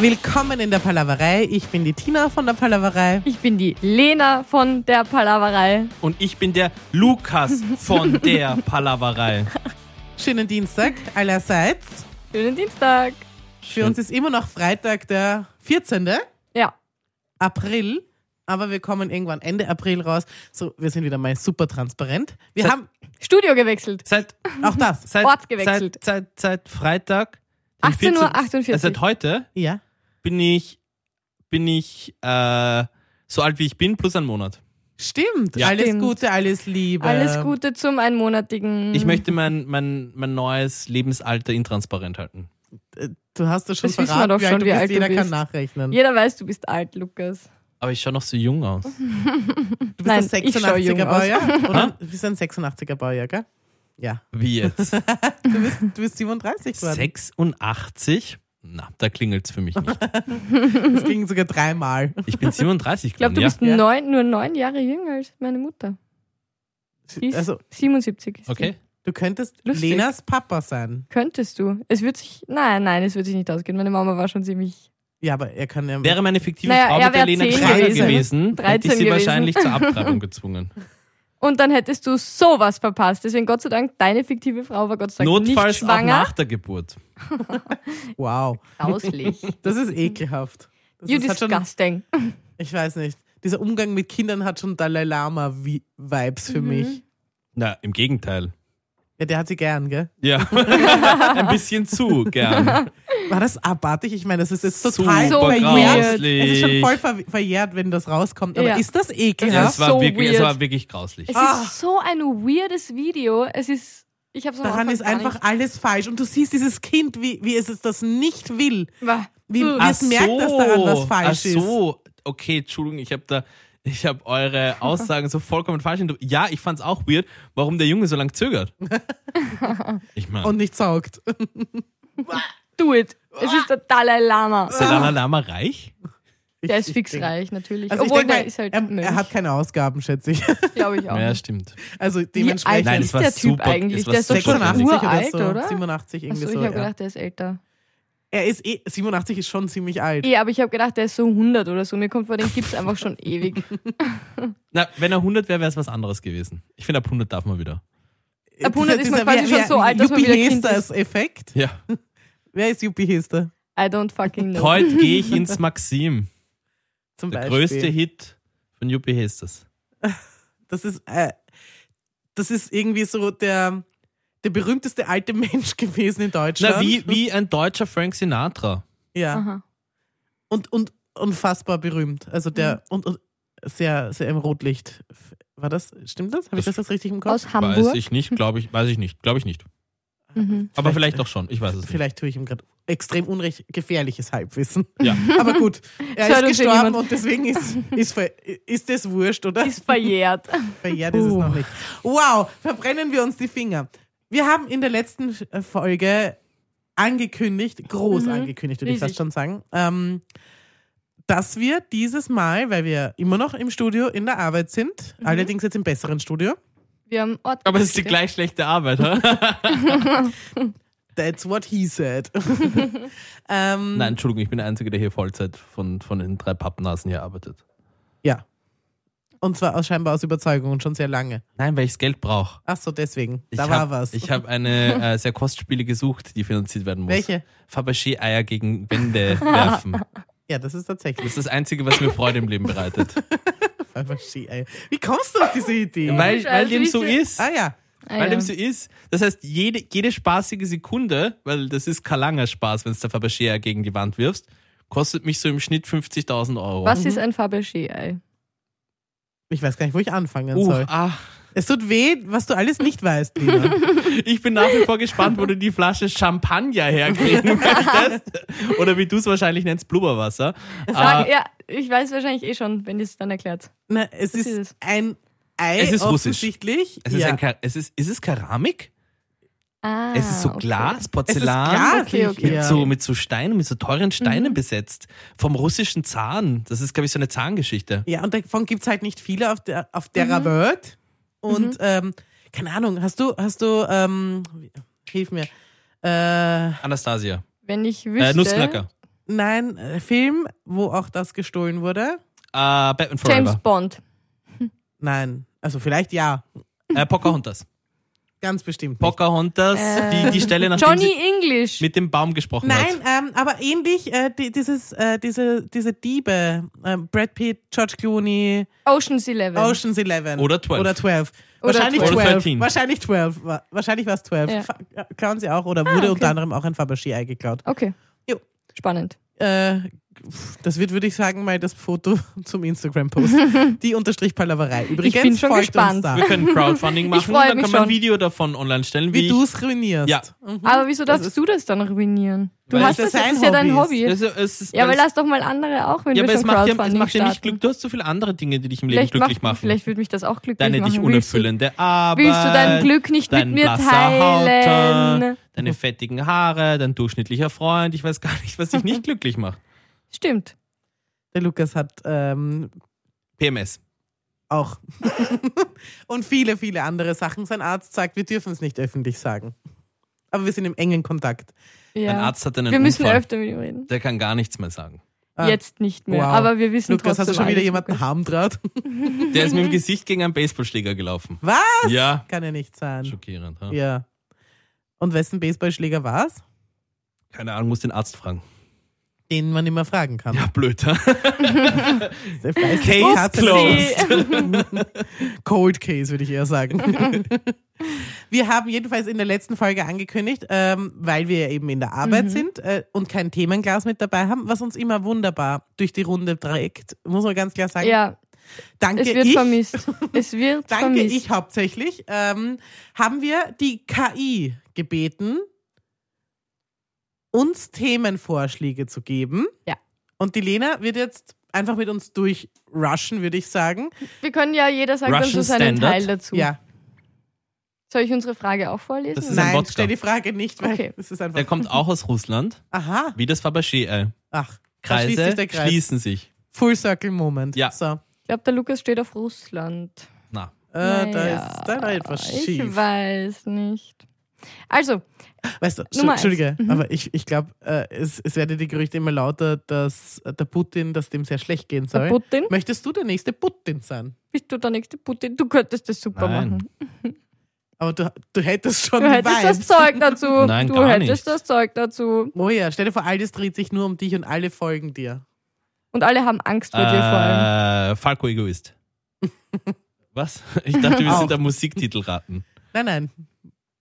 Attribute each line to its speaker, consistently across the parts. Speaker 1: Willkommen in der Palaverei. Ich bin die Tina von der Palaverei.
Speaker 2: Ich bin die Lena von der Palaverei.
Speaker 3: Und ich bin der Lukas von der Palaverei.
Speaker 1: Schönen Dienstag allerseits.
Speaker 2: Schönen Dienstag.
Speaker 1: Für uns ist immer noch Freitag, der 14.
Speaker 2: Ja.
Speaker 1: April. Aber wir kommen irgendwann Ende April raus. So, wir sind wieder mal super transparent. Wir
Speaker 3: Se-
Speaker 1: haben
Speaker 2: Studio gewechselt.
Speaker 3: Seit,
Speaker 1: auch das.
Speaker 3: seit,
Speaker 2: Ort gewechchelt.
Speaker 3: Seit, seit, seit Freitag.
Speaker 2: 18 Uhr 48.
Speaker 3: Also seit heute
Speaker 1: Ja.
Speaker 3: bin ich, bin ich äh, so alt wie ich bin, plus einen Monat.
Speaker 1: Stimmt.
Speaker 3: Ja.
Speaker 1: Alles
Speaker 2: Stimmt.
Speaker 1: Gute, alles Liebe.
Speaker 2: Alles Gute zum einmonatigen.
Speaker 3: Ich möchte mein, mein, mein neues Lebensalter intransparent halten.
Speaker 1: Du hast das schon
Speaker 2: Das wissen wir
Speaker 1: verraten.
Speaker 2: doch
Speaker 1: wie alt
Speaker 2: schon,
Speaker 1: du
Speaker 2: wie
Speaker 1: bist.
Speaker 2: alt du
Speaker 1: Jeder kann
Speaker 2: bist.
Speaker 1: nachrechnen.
Speaker 2: Jeder weiß, du bist alt, Lukas.
Speaker 3: Aber ich schaue noch so jung aus.
Speaker 2: Mhm.
Speaker 1: Du
Speaker 2: Nein,
Speaker 1: bist
Speaker 2: ich
Speaker 1: ein
Speaker 2: schau jung
Speaker 1: 86er
Speaker 2: aus.
Speaker 1: Baujahr. Oder? Du bist ein 86er Baujahr, gell? Ja.
Speaker 3: Wie jetzt?
Speaker 1: Du bist, du bist 37 geworden.
Speaker 3: 86? Na, da klingelt's für mich nicht.
Speaker 1: Das ging sogar dreimal.
Speaker 3: Ich bin 37
Speaker 2: Ich glaube, du
Speaker 3: geworden,
Speaker 2: bist
Speaker 1: Ja.
Speaker 2: neun, nur neun Jahre jünger als meine Mutter. Die ist
Speaker 1: Also,
Speaker 2: 77. Ist
Speaker 3: ja. Okay.
Speaker 2: Die.
Speaker 1: du könntest
Speaker 2: Lustig.
Speaker 1: Lenas Papa sein.
Speaker 2: Könntest du. Es wird sich. Nein, nein, es wird sich nicht ausgehen. Meine Mama war schon ziemlich.
Speaker 1: Ja, aber er kann ja.
Speaker 3: Wäre meine fiktive
Speaker 2: Naja,
Speaker 3: Frau
Speaker 2: er
Speaker 3: mit der
Speaker 2: wär
Speaker 3: Lena
Speaker 2: 10
Speaker 3: Kreiger
Speaker 1: gewesen.
Speaker 3: gewesen, hätte
Speaker 2: 13
Speaker 3: ich sie
Speaker 2: gewesen.
Speaker 3: wahrscheinlich zur Abtreibung gezwungen.
Speaker 2: Und dann hättest du sowas verpasst. Deswegen Gott sei Dank, deine fiktive Frau war Gott sei Dank
Speaker 3: Notfalls
Speaker 2: nicht
Speaker 3: auch
Speaker 2: schwanger.
Speaker 3: nach der Geburt.
Speaker 1: wow.
Speaker 2: Grauslich.
Speaker 1: Das ist ekelhaft. Das
Speaker 2: You
Speaker 1: ist, hat schon,
Speaker 2: disgusting.
Speaker 1: ich weiß nicht. Dieser Umgang mit Kindern hat schon Dalai Lama-Vibes für
Speaker 2: Mhm.
Speaker 1: mich.
Speaker 3: Na, im Gegenteil.
Speaker 1: Ja, der hat sie gern, gell?
Speaker 3: Ja, ein bisschen zu gern.
Speaker 1: War das abartig? Ich meine, das ist jetzt total
Speaker 2: So
Speaker 3: Super
Speaker 2: weird.
Speaker 1: Es ist schon
Speaker 3: grauslich.
Speaker 1: voll ver verjährt, wenn das rauskommt. Aber
Speaker 2: Ja.
Speaker 1: ist das
Speaker 3: Ja,
Speaker 1: ekelhaft?
Speaker 3: es, war
Speaker 2: So
Speaker 3: wirklich, es
Speaker 2: weird.
Speaker 3: war wirklich grauslich.
Speaker 2: Es
Speaker 1: Ah.
Speaker 2: ist so ein weirdes Video. Es ist. Ich hab's am
Speaker 1: Daran
Speaker 2: Anfang
Speaker 1: ist
Speaker 2: gar
Speaker 1: einfach
Speaker 2: nicht-
Speaker 1: alles falsch. Und du siehst dieses Kind, wie, wie es es das nicht will.
Speaker 2: Wah.
Speaker 1: Wie, wie
Speaker 2: Ugh.
Speaker 1: es merkt, dass daran was falsch
Speaker 3: ach so. Okay, Entschuldigung, ich habe da ich habe eure Aussagen so vollkommen falsch. interpre- Ja, ich fand's auch weird, warum der Junge so lange zögert. Ich
Speaker 1: ist
Speaker 3: meine,
Speaker 1: und nicht saugt.
Speaker 2: Do it. Es ist der Dalai Lama.
Speaker 3: ist der Dalai Lama reich?
Speaker 2: Der ist
Speaker 1: Ich-
Speaker 2: fix
Speaker 1: ich-
Speaker 2: reich, natürlich.
Speaker 1: Also ich
Speaker 2: Obwohl,
Speaker 1: denke,
Speaker 2: der
Speaker 1: mal,
Speaker 2: ist halt
Speaker 1: er, er hat keine Ausgaben, schätze ich.
Speaker 2: glaube ich auch.
Speaker 3: Ja,
Speaker 2: nicht.
Speaker 3: stimmt.
Speaker 1: Also
Speaker 2: alt
Speaker 1: dementsprechend.
Speaker 3: Nein,
Speaker 2: ist
Speaker 3: es war
Speaker 2: der Typ
Speaker 3: super,
Speaker 2: eigentlich?
Speaker 3: es war
Speaker 2: Der ist doch schon
Speaker 1: 86
Speaker 3: 86
Speaker 2: uralt,
Speaker 1: oder so,
Speaker 2: oder?
Speaker 1: 87 irgendwie
Speaker 2: Achso, ich
Speaker 1: so.
Speaker 2: habe
Speaker 1: ja.
Speaker 2: gedacht, der ist älter.
Speaker 1: Er ist eh, 87 ist schon ziemlich alt.
Speaker 2: Eh, aber ich habe gedacht, der ist so 100 oder so. Mir kommt vor, den gibt's einfach schon ewig.
Speaker 3: Na, wenn er 100 wäre, wäre es was anderes gewesen. Ich finde, ab 100 darf man wieder.
Speaker 2: Ab 100 ist man quasi
Speaker 1: wer-
Speaker 2: schon so alt, dass man
Speaker 1: Yuppie
Speaker 2: wieder Kind
Speaker 1: Hester
Speaker 2: ist.
Speaker 1: Effekt.
Speaker 3: Ja.
Speaker 1: Wer ist Yuppie Hester?
Speaker 2: I don't fucking know.
Speaker 3: Heute gehe ich ins Maxim.
Speaker 1: Zum
Speaker 3: Der
Speaker 1: Beispiel.
Speaker 3: größte Hit von Juppie Hestes.
Speaker 1: Das ist, äh, das ist irgendwie so der, der berühmteste alte Mensch gewesen in Deutschland.
Speaker 3: Na, wie, wie ein deutscher Frank Sinatra.
Speaker 1: Ja.
Speaker 2: Aha.
Speaker 1: Und, und unfassbar berühmt. Also
Speaker 2: Mhm.
Speaker 1: der, und, und sehr, sehr im Rotlicht. War das, stimmt das? Habe ich das,
Speaker 3: Das-
Speaker 1: das richtig im Kopf?
Speaker 2: Aus Hamburg.
Speaker 3: Weiß ich nicht, glaube ich, weiß ich nicht, glaube ich nicht.
Speaker 2: Mhm.
Speaker 3: Aber vielleicht, doch schon, ich weiß es
Speaker 1: Vielleicht tue ich ihm gerade extrem unrecht gefährliches Halbwissen.
Speaker 3: nicht. Ja.
Speaker 1: Aber gut,
Speaker 2: Soll
Speaker 1: er ist
Speaker 2: uns hier
Speaker 1: gestorben
Speaker 2: niemand-
Speaker 1: und deswegen ist, ist, ver, ist das wurscht, oder?
Speaker 2: Ist verjährt.
Speaker 1: Verjährt ist es
Speaker 2: Uh.
Speaker 1: noch nicht. Wow, verbrennen wir uns die Finger. Wir haben in der letzten äh, Folge angekündigt, groß
Speaker 2: Mhm.
Speaker 1: angekündigt, würde ich fast
Speaker 2: Riesig.
Speaker 1: schon sagen, ähm, dass wir dieses Mal, weil wir immer noch im Studio in der Arbeit sind,
Speaker 2: Mhm.
Speaker 1: allerdings jetzt im besseren Studio,
Speaker 2: Wir haben Ort.
Speaker 3: Aber es ist die gleich schlechte Arbeit, hä?
Speaker 1: that's what he said. ähm,
Speaker 3: Nein, Entschuldigung, ich bin der Einzige, der hier Vollzeit von, von den drei Pappnasen hier arbeitet.
Speaker 1: Ja. Und zwar aus, scheinbar aus Überzeugung und schon sehr lange.
Speaker 3: Nein, weil ich das Geld brauche.
Speaker 1: Ach so, deswegen. Da
Speaker 3: hab,
Speaker 1: war was.
Speaker 3: Ich habe eine äh, sehr kostspiele gesucht, die finanziert werden muss.
Speaker 1: Welche?
Speaker 3: Fabergé-Eier gegen Wände werfen.
Speaker 1: Ja, das ist tatsächlich.
Speaker 3: Das ist das Einzige, was mir Freude im Leben bereitet.
Speaker 1: Fabergé-Eier. Wie kommst du auf diese Idee?
Speaker 3: Weil, weil
Speaker 2: Scheiße,
Speaker 3: dem so
Speaker 2: richtig.
Speaker 3: ist.
Speaker 1: ah ja.
Speaker 2: Ah,
Speaker 3: Weil
Speaker 2: ja.
Speaker 3: dem so ist. Das heißt, jede, jede spaßige Sekunde, weil das ist kein langer Spaß, wenn du der Fabergé gegen die Wand wirfst, kostet mich so im Schnitt 50.000 Euro.
Speaker 2: Was
Speaker 1: Mhm.
Speaker 2: ist ein Fabergé-Ei?
Speaker 1: Ich weiß gar nicht, wo ich anfangen
Speaker 3: Uh,
Speaker 1: soll.
Speaker 3: ah,
Speaker 1: Es tut weh, was du alles nicht weißt, Lina.
Speaker 3: ich bin nach wie vor gespannt, wo du die Flasche Champagner herkriegen möchtest. Oder wie du es wahrscheinlich nennst, Blubberwasser.
Speaker 2: Sag,
Speaker 3: Äh,
Speaker 2: ja, ich weiß wahrscheinlich eh schon, wenn ihr es dann erklärt.
Speaker 1: Na, es
Speaker 2: Was
Speaker 1: ist,
Speaker 2: ist es?
Speaker 1: ein Ei.
Speaker 3: Es ist russisch.
Speaker 1: offensichtlich.
Speaker 3: es ist,
Speaker 1: ja.
Speaker 3: ein, Ke- es ist, ist es Keramik?
Speaker 2: Ah,
Speaker 3: es ist so
Speaker 2: okay.
Speaker 3: Glas,
Speaker 1: Es ist
Speaker 3: Porzellan.
Speaker 1: Glas.
Speaker 2: Okay, okay.
Speaker 3: Mit,
Speaker 1: Ja.
Speaker 3: so, mit so Steinen, mit so
Speaker 2: Mhm.
Speaker 3: teuren Steinen besetzt. Vom russischen Zahn. Das ist, glaube ich, so eine Zahngeschichte.
Speaker 1: ja, und davon gibt es halt nicht viele auf der,
Speaker 2: Mhm.
Speaker 1: auf der Welt. Und ähm, keine Ahnung, hast du, hast du, ähm, hilf mir. Äh,
Speaker 3: Anastasia.
Speaker 2: Wenn ich wüsste.
Speaker 3: Äh, Nussknacker.
Speaker 1: Nein, äh, Film, wo auch das gestohlen wurde?
Speaker 3: Äh, Batman
Speaker 2: James
Speaker 3: Forever.
Speaker 2: Bond.
Speaker 1: Nein. Also vielleicht ja,
Speaker 3: Äh, Pocahontas.
Speaker 1: ganz bestimmt. nicht.
Speaker 3: Pocahontas,
Speaker 2: Äh,
Speaker 3: die, die Stelle, nachdem
Speaker 2: Johnny
Speaker 3: sie
Speaker 2: English.
Speaker 3: mit dem Baum gesprochen
Speaker 1: Nein,
Speaker 3: hat.
Speaker 1: ähm, aber ähnlich äh, die, dieses, äh, diese, diese Diebe, ähm, Brad Pitt, George Clooney,
Speaker 2: Ocean's Eleven.
Speaker 1: Ocean's Eleven.
Speaker 3: Oder 12.
Speaker 1: Oder 12.
Speaker 2: Oder
Speaker 1: Wahrscheinlich
Speaker 2: 12.
Speaker 1: 12.
Speaker 3: Oder 13.
Speaker 1: Wahrscheinlich 12. wa- Wahrscheinlich war es 12.
Speaker 2: Ja. Ah,
Speaker 1: Fa- äh, Klauen sie auch oder wurde
Speaker 2: okay.
Speaker 1: unter anderem auch ein Fabergé-Ei geklaut.
Speaker 2: Okay.
Speaker 1: Jo.
Speaker 2: Spannend.
Speaker 1: Äh, pf, das wird, würde ich sagen, mal das Foto zum Instagram-Post. Die unterstrich Palaverei. Übrigens,
Speaker 2: bin schon
Speaker 1: folgt uns
Speaker 2: gespannt.
Speaker 1: da.
Speaker 3: Wir können Crowdfunding machen,
Speaker 2: freue
Speaker 3: dann
Speaker 2: mich
Speaker 3: kann man ein
Speaker 2: schon.
Speaker 3: Video davon online stellen, wie,
Speaker 1: Wie du es ruinierst.
Speaker 3: Ja.
Speaker 1: Mhm.
Speaker 2: Aber wieso
Speaker 1: Das
Speaker 2: darfst du das dann ruinieren? Du
Speaker 3: Weil
Speaker 2: hast
Speaker 1: das
Speaker 2: das, das
Speaker 1: sein
Speaker 2: ist ja dein
Speaker 1: Hobby
Speaker 2: Hobby.
Speaker 3: ich. Das ist- es ist-
Speaker 2: ja, aber
Speaker 3: weil es-
Speaker 2: lass doch mal andere auch, wenn
Speaker 3: ja,
Speaker 2: wir
Speaker 3: aber es
Speaker 2: schon
Speaker 3: macht dir, es
Speaker 2: Crowdfunding
Speaker 3: macht dir nicht
Speaker 2: starten.
Speaker 3: Glück. Du hast so viele andere Dinge, die dich im Leben
Speaker 2: Vielleicht,
Speaker 3: glücklich
Speaker 2: macht,
Speaker 3: machen.
Speaker 2: vielleicht würde mich das auch glücklich
Speaker 3: Deine
Speaker 2: machen.
Speaker 3: dich
Speaker 2: Willst du-
Speaker 3: unerfüllende Arbeit.
Speaker 2: Willst du dein Glück nicht
Speaker 3: dein
Speaker 2: mit mir
Speaker 3: blasser
Speaker 2: teilen?
Speaker 3: Hauter, deine fettigen Haare, dein durchschnittlicher Freund. Ich weiß gar nicht, was dich nicht glücklich macht.
Speaker 2: Stimmt.
Speaker 1: Der Lukas hat ähm,
Speaker 3: PMS.
Speaker 1: auch. Und viele, viele andere Sachen. Sein Arzt sagt, wir dürfen es nicht öffentlich sagen. Aber wir sind im engen Kontakt.
Speaker 2: Ja.
Speaker 3: Dein Arzt hat einen
Speaker 2: wir müssen
Speaker 3: Unfall.
Speaker 2: öfter mit ihm reden.
Speaker 3: Der kann gar nichts mehr sagen.
Speaker 1: Ah,
Speaker 2: Jetzt nicht mehr.
Speaker 1: Wow.
Speaker 2: Aber wir wissen
Speaker 1: Lukas, hast
Speaker 2: trotzdem
Speaker 1: du schon wieder
Speaker 2: alles,
Speaker 1: jemanden
Speaker 2: Lukas.
Speaker 1: Harmdraht?
Speaker 3: Der ist mit dem Gesicht gegen einen Baseballschläger gelaufen.
Speaker 1: Was?
Speaker 3: Ja.
Speaker 1: Kann ja nicht sein.
Speaker 3: Schockierend. Ja.
Speaker 1: Ja. Und wessen Baseballschläger war's?
Speaker 3: Keine Ahnung, muss den Arzt fragen.
Speaker 1: Den man immer fragen kann.
Speaker 3: Ja, blöd. hä?
Speaker 1: Der weiß-
Speaker 3: Case
Speaker 1: Katze-
Speaker 3: closed.
Speaker 1: Cold Case, würde ich eher sagen. wir haben jedenfalls in der letzten Folge angekündigt, ähm, weil wir ja eben in der Arbeit sind äh, und kein Themenglas mit dabei haben, was uns immer wunderbar durch die Runde trägt, muss man ganz klar sagen.
Speaker 2: Ja,
Speaker 1: Danke
Speaker 2: es wird
Speaker 1: ich.
Speaker 2: vermisst. Es wird
Speaker 1: Danke
Speaker 2: vermisst.
Speaker 1: ich hauptsächlich. Ähm, haben wir die KI gebeten, uns Themenvorschläge zu geben.
Speaker 2: Ja.
Speaker 1: Und die Lena wird jetzt einfach mit uns durchrushen, würde ich sagen.
Speaker 2: Wir können ja jeder sagt dann so
Speaker 3: Russian
Speaker 2: seinen
Speaker 3: Standard?
Speaker 2: Teil dazu.
Speaker 1: Ja.
Speaker 2: Soll ich unsere Frage auch vorlesen?
Speaker 3: Das ist ein
Speaker 1: Nein,
Speaker 3: Wodka.
Speaker 1: stell die Frage nicht, weil
Speaker 2: Okay.
Speaker 1: es ist einfach.
Speaker 3: Der kommt auch aus Russland,
Speaker 1: Aha.
Speaker 3: wie das Fabergé-Ei.
Speaker 1: Ach. da schließt
Speaker 3: äh, Kreise
Speaker 1: sich der Kreis.
Speaker 3: schließen sich.
Speaker 1: Full Circle Moment.
Speaker 3: Ja.
Speaker 1: So.
Speaker 2: ich glaube, der Lukas steht auf Russland.
Speaker 3: Na,
Speaker 1: Äh,
Speaker 2: Naja,
Speaker 1: da ist da war etwas schief.
Speaker 2: Ich weiß nicht. Also,
Speaker 1: Weißt du,
Speaker 2: Nummer eins. Mhm.
Speaker 1: Entschuldige, aber ich, ich glaube, äh, es, es werden die Gerüchte immer lauter, dass äh, der Putin, dass dem sehr schlecht gehen
Speaker 2: der
Speaker 1: soll.
Speaker 2: Putin,
Speaker 1: Möchtest du der nächste Putin sein?
Speaker 2: bist du der nächste Putin? Du könntest das super
Speaker 3: Nein.
Speaker 2: machen.
Speaker 1: Aber du, du hättest schon
Speaker 2: Du hättest das
Speaker 1: Vibes.
Speaker 2: Zeug dazu.
Speaker 3: Nein,
Speaker 2: du
Speaker 3: gar
Speaker 2: hättest
Speaker 3: nicht.
Speaker 2: das Zeug dazu.
Speaker 1: Oh ja, stell dir vor, alles dreht sich nur um dich und alle folgen dir.
Speaker 2: Und alle haben Angst vor dir vor allem.
Speaker 3: äh, Falco Egoist. Was? Ich dachte, wir
Speaker 1: Auch.
Speaker 3: sind der Musiktitel raten.
Speaker 1: Nein, nein.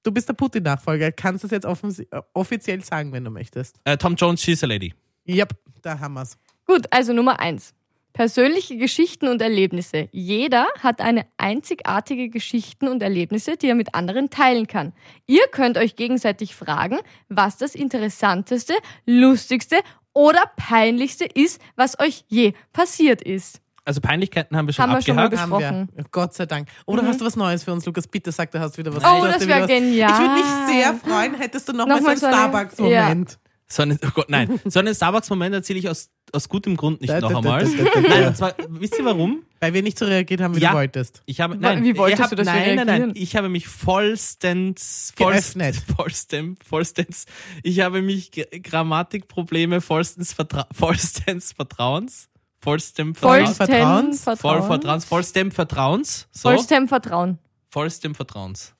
Speaker 1: Du bist der Putin-Nachfolger. Kannst das jetzt offensi- äh, offiziell sagen, wenn du möchtest.
Speaker 3: Äh, Tom Jones, She's a Lady.
Speaker 1: Yep, da haben wir's.
Speaker 2: Gut, also Nummer eins. Persönliche Geschichten und Erlebnisse. Jeder hat eine einzigartige Geschichten und Erlebnisse, die er mit anderen teilen kann. Ihr könnt euch gegenseitig fragen, was das interessanteste, lustigste oder peinlichste ist, was euch je passiert ist.
Speaker 3: Also Peinlichkeiten haben wir schon
Speaker 2: Haben wir schon mal
Speaker 3: abgehakt.
Speaker 2: Besprochen.
Speaker 1: Haben wir. Gott sei Dank. Oder hast du was Neues für uns, Lukas? Bitte sag, du hast wieder was
Speaker 2: Mhm. Oh,
Speaker 1: du hast
Speaker 2: das
Speaker 1: wieder
Speaker 2: wäre
Speaker 1: was-
Speaker 2: genial.
Speaker 1: Ich würde mich sehr freuen, hättest du nochmal
Speaker 2: Nochmal
Speaker 1: so einen
Speaker 2: so eine-
Speaker 1: Starbucks-Moment.
Speaker 3: so einen, oh Gott, nein. So einen Starbucks-Moment erzähle ich aus, aus gutem Grund nicht
Speaker 1: Da, da,
Speaker 3: noch
Speaker 1: da,
Speaker 3: einmal.
Speaker 1: da, da, da.
Speaker 3: Nein, und zwar, wisst ihr warum?
Speaker 1: Weil wir nicht so reagiert haben, wie
Speaker 3: Ja.
Speaker 1: du wolltest.
Speaker 3: Ich habe,
Speaker 2: Wa-
Speaker 3: nein,
Speaker 2: wie wolltest
Speaker 3: ich habe,
Speaker 2: du, dass wir
Speaker 3: nein, nein, nein,
Speaker 2: reagieren?
Speaker 3: ich habe mich vollstens, vollst-
Speaker 1: Geöffnet.
Speaker 3: vollstens, vollstens, ich habe mich G- Grammatikprobleme vollstens, vertra vollstens Vertrauens, vollstens Vertrauens,
Speaker 2: Vollsten
Speaker 1: Vertrauens?
Speaker 3: voll
Speaker 2: Vertrauen.
Speaker 3: Vertrauens, vollstem Vertrauens, so,
Speaker 2: Vollstem Vertrauen.
Speaker 3: vollstem Vertrauens.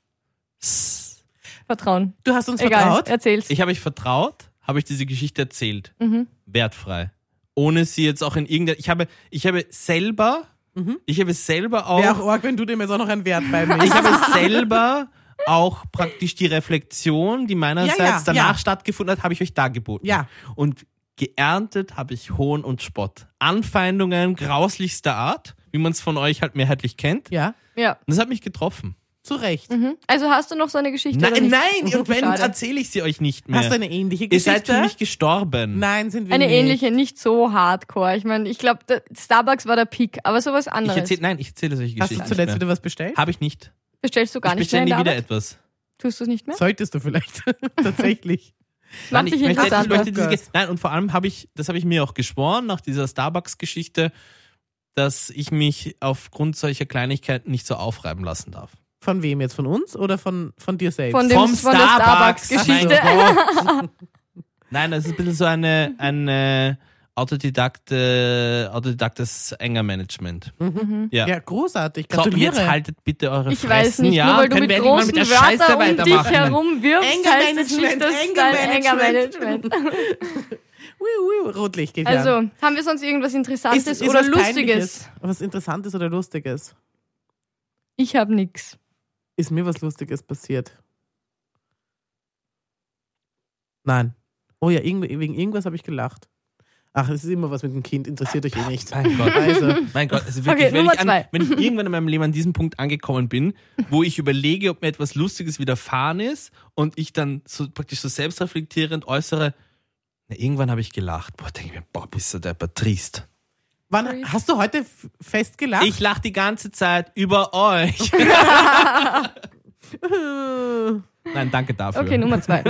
Speaker 3: S-
Speaker 2: Vertrauen.
Speaker 1: Du hast uns
Speaker 2: Egal,
Speaker 1: vertraut.
Speaker 2: erzähl's.
Speaker 3: Ich habe mich vertraut, habe ich diese Geschichte erzählt,
Speaker 2: Mhm.
Speaker 3: wertfrei, ohne sie jetzt auch in irgendeiner, ich habe, ich habe selber,
Speaker 1: Mhm.
Speaker 3: ich habe selber Äh, auch,
Speaker 1: Wäre auch arg, wenn du dem jetzt auch noch einen Wert beimisst.
Speaker 3: ich habe selber auch praktisch die Reflexion, die meinerseits
Speaker 1: Ja, ja,
Speaker 3: danach
Speaker 1: ja.
Speaker 3: stattgefunden hat, habe ich euch dargeboten.
Speaker 1: Ja.
Speaker 3: Und geerntet habe ich Hohn und Spott. Anfeindungen grauslichster Art, wie man es von euch halt mehrheitlich kennt.
Speaker 1: Ja,
Speaker 2: Ja.
Speaker 3: Und das hat mich getroffen.
Speaker 1: zu Recht.
Speaker 2: Mhm. Also hast du noch so eine Geschichte? oder
Speaker 3: Nein,
Speaker 2: nicht?
Speaker 3: nein, und wenn,
Speaker 2: Schade.
Speaker 3: erzähle ich sie euch nicht mehr.
Speaker 1: Hast du eine ähnliche
Speaker 3: Ihr
Speaker 1: Geschichte?
Speaker 3: seid für mich gestorben.
Speaker 1: Nein, sind wir
Speaker 2: Eine
Speaker 1: nicht.
Speaker 2: ähnliche, nicht so hardcore. Ich meine, ich glaube, da- Starbucks war der Peak, aber sowas
Speaker 3: Ich
Speaker 2: anderes.
Speaker 3: erzähl, nein, ich erzähle solche
Speaker 1: Hast
Speaker 3: Geschichten.
Speaker 1: du zuletzt
Speaker 3: nicht
Speaker 1: wieder was bestellt?
Speaker 3: mehr. Habe ich nicht.
Speaker 2: Bestellst du gar
Speaker 3: ich
Speaker 2: nicht mehr
Speaker 3: bestelle
Speaker 2: in
Speaker 3: nie
Speaker 2: der
Speaker 3: wieder
Speaker 2: Arbeit?
Speaker 3: etwas.
Speaker 2: Tust du es nicht mehr?
Speaker 1: Solltest du vielleicht. Tatsächlich.
Speaker 2: Das
Speaker 3: Nein,
Speaker 2: macht
Speaker 3: ich
Speaker 2: dich
Speaker 3: möchte, ich
Speaker 2: interessanter.
Speaker 3: möchte diese, Ge-
Speaker 1: Podcast.
Speaker 3: nein, und vor allem habe ich, das habe ich mir auch geschworen nach dieser Starbucks-Geschichte, dass ich mich aufgrund solcher Kleinigkeiten nicht so aufreiben lassen darf.
Speaker 1: Von wem jetzt? Von uns oder von, von dir selbst?
Speaker 2: Von dem-
Speaker 3: Vom
Speaker 2: von der
Speaker 3: Starbucks,
Speaker 2: Starbucks-Geschichte.
Speaker 3: mein Gott. Nein, das ist ein bisschen so eine, eine autodidakte, autodidaktes Engermanagement. Ja.
Speaker 1: Ja, halt. großartig.
Speaker 3: So,
Speaker 1: Gratuliere.
Speaker 3: jetzt haltet bitte eure
Speaker 2: Mhm. Ich
Speaker 3: Fressen.
Speaker 2: weiß nicht,
Speaker 3: ja,
Speaker 2: nur weil du
Speaker 3: können
Speaker 2: mit
Speaker 3: wir endlich mal
Speaker 2: großen
Speaker 3: mit der Scheiße
Speaker 2: Wörtern um dich
Speaker 3: weitermachen.
Speaker 2: herum wirfst, heißt es nicht,
Speaker 1: Engermanagement,
Speaker 2: dass dein
Speaker 1: Engermanagement.
Speaker 2: Engermanagement.
Speaker 1: Wiu, wiu, Rotlicht geht ja an.
Speaker 2: Also, haben wir sonst irgendwas Interessantes oder
Speaker 1: was
Speaker 2: Lustiges?
Speaker 1: Peinliches, Was Interessantes oder Lustiges?
Speaker 2: Ich habe nix.
Speaker 1: Ist mir was Lustiges passiert? Nein. Oh ja, irgendwie, wegen irgendwas habe ich gelacht. Ach, es ist immer was mit dem Kind, interessiert euch eh nicht.
Speaker 3: Mein Gott.
Speaker 1: Also,
Speaker 3: Mein Gott, also wirklich,
Speaker 2: Okay,
Speaker 3: wenn,
Speaker 2: Nummer
Speaker 3: ich an,
Speaker 2: zwei.
Speaker 3: wenn ich irgendwann in meinem Leben an diesem Punkt angekommen bin, wo ich überlege, ob mir etwas Lustiges widerfahren ist und ich dann so praktisch so selbstreflektierend äußere, na, irgendwann habe ich gelacht. Boah, denke ich mir, boah, bist du der trist.
Speaker 1: wann, hast du heute f- fest gelacht?
Speaker 3: Ich lache die ganze Zeit über euch.
Speaker 1: Äh,
Speaker 3: Nein, danke dafür.
Speaker 2: Okay, Nummer zwei.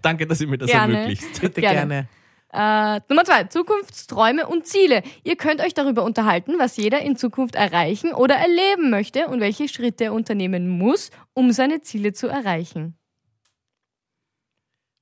Speaker 3: danke, dass ihr mir das
Speaker 2: Gerne.
Speaker 3: ermöglicht.
Speaker 1: Bitte
Speaker 2: Gerne.
Speaker 1: gerne.
Speaker 2: Äh, Nummer zwei, Zukunftsträume und Ziele. Ihr könnt euch darüber unterhalten, was jeder in Zukunft erreichen oder erleben möchte und welche Schritte er unternehmen muss, um seine Ziele zu erreichen.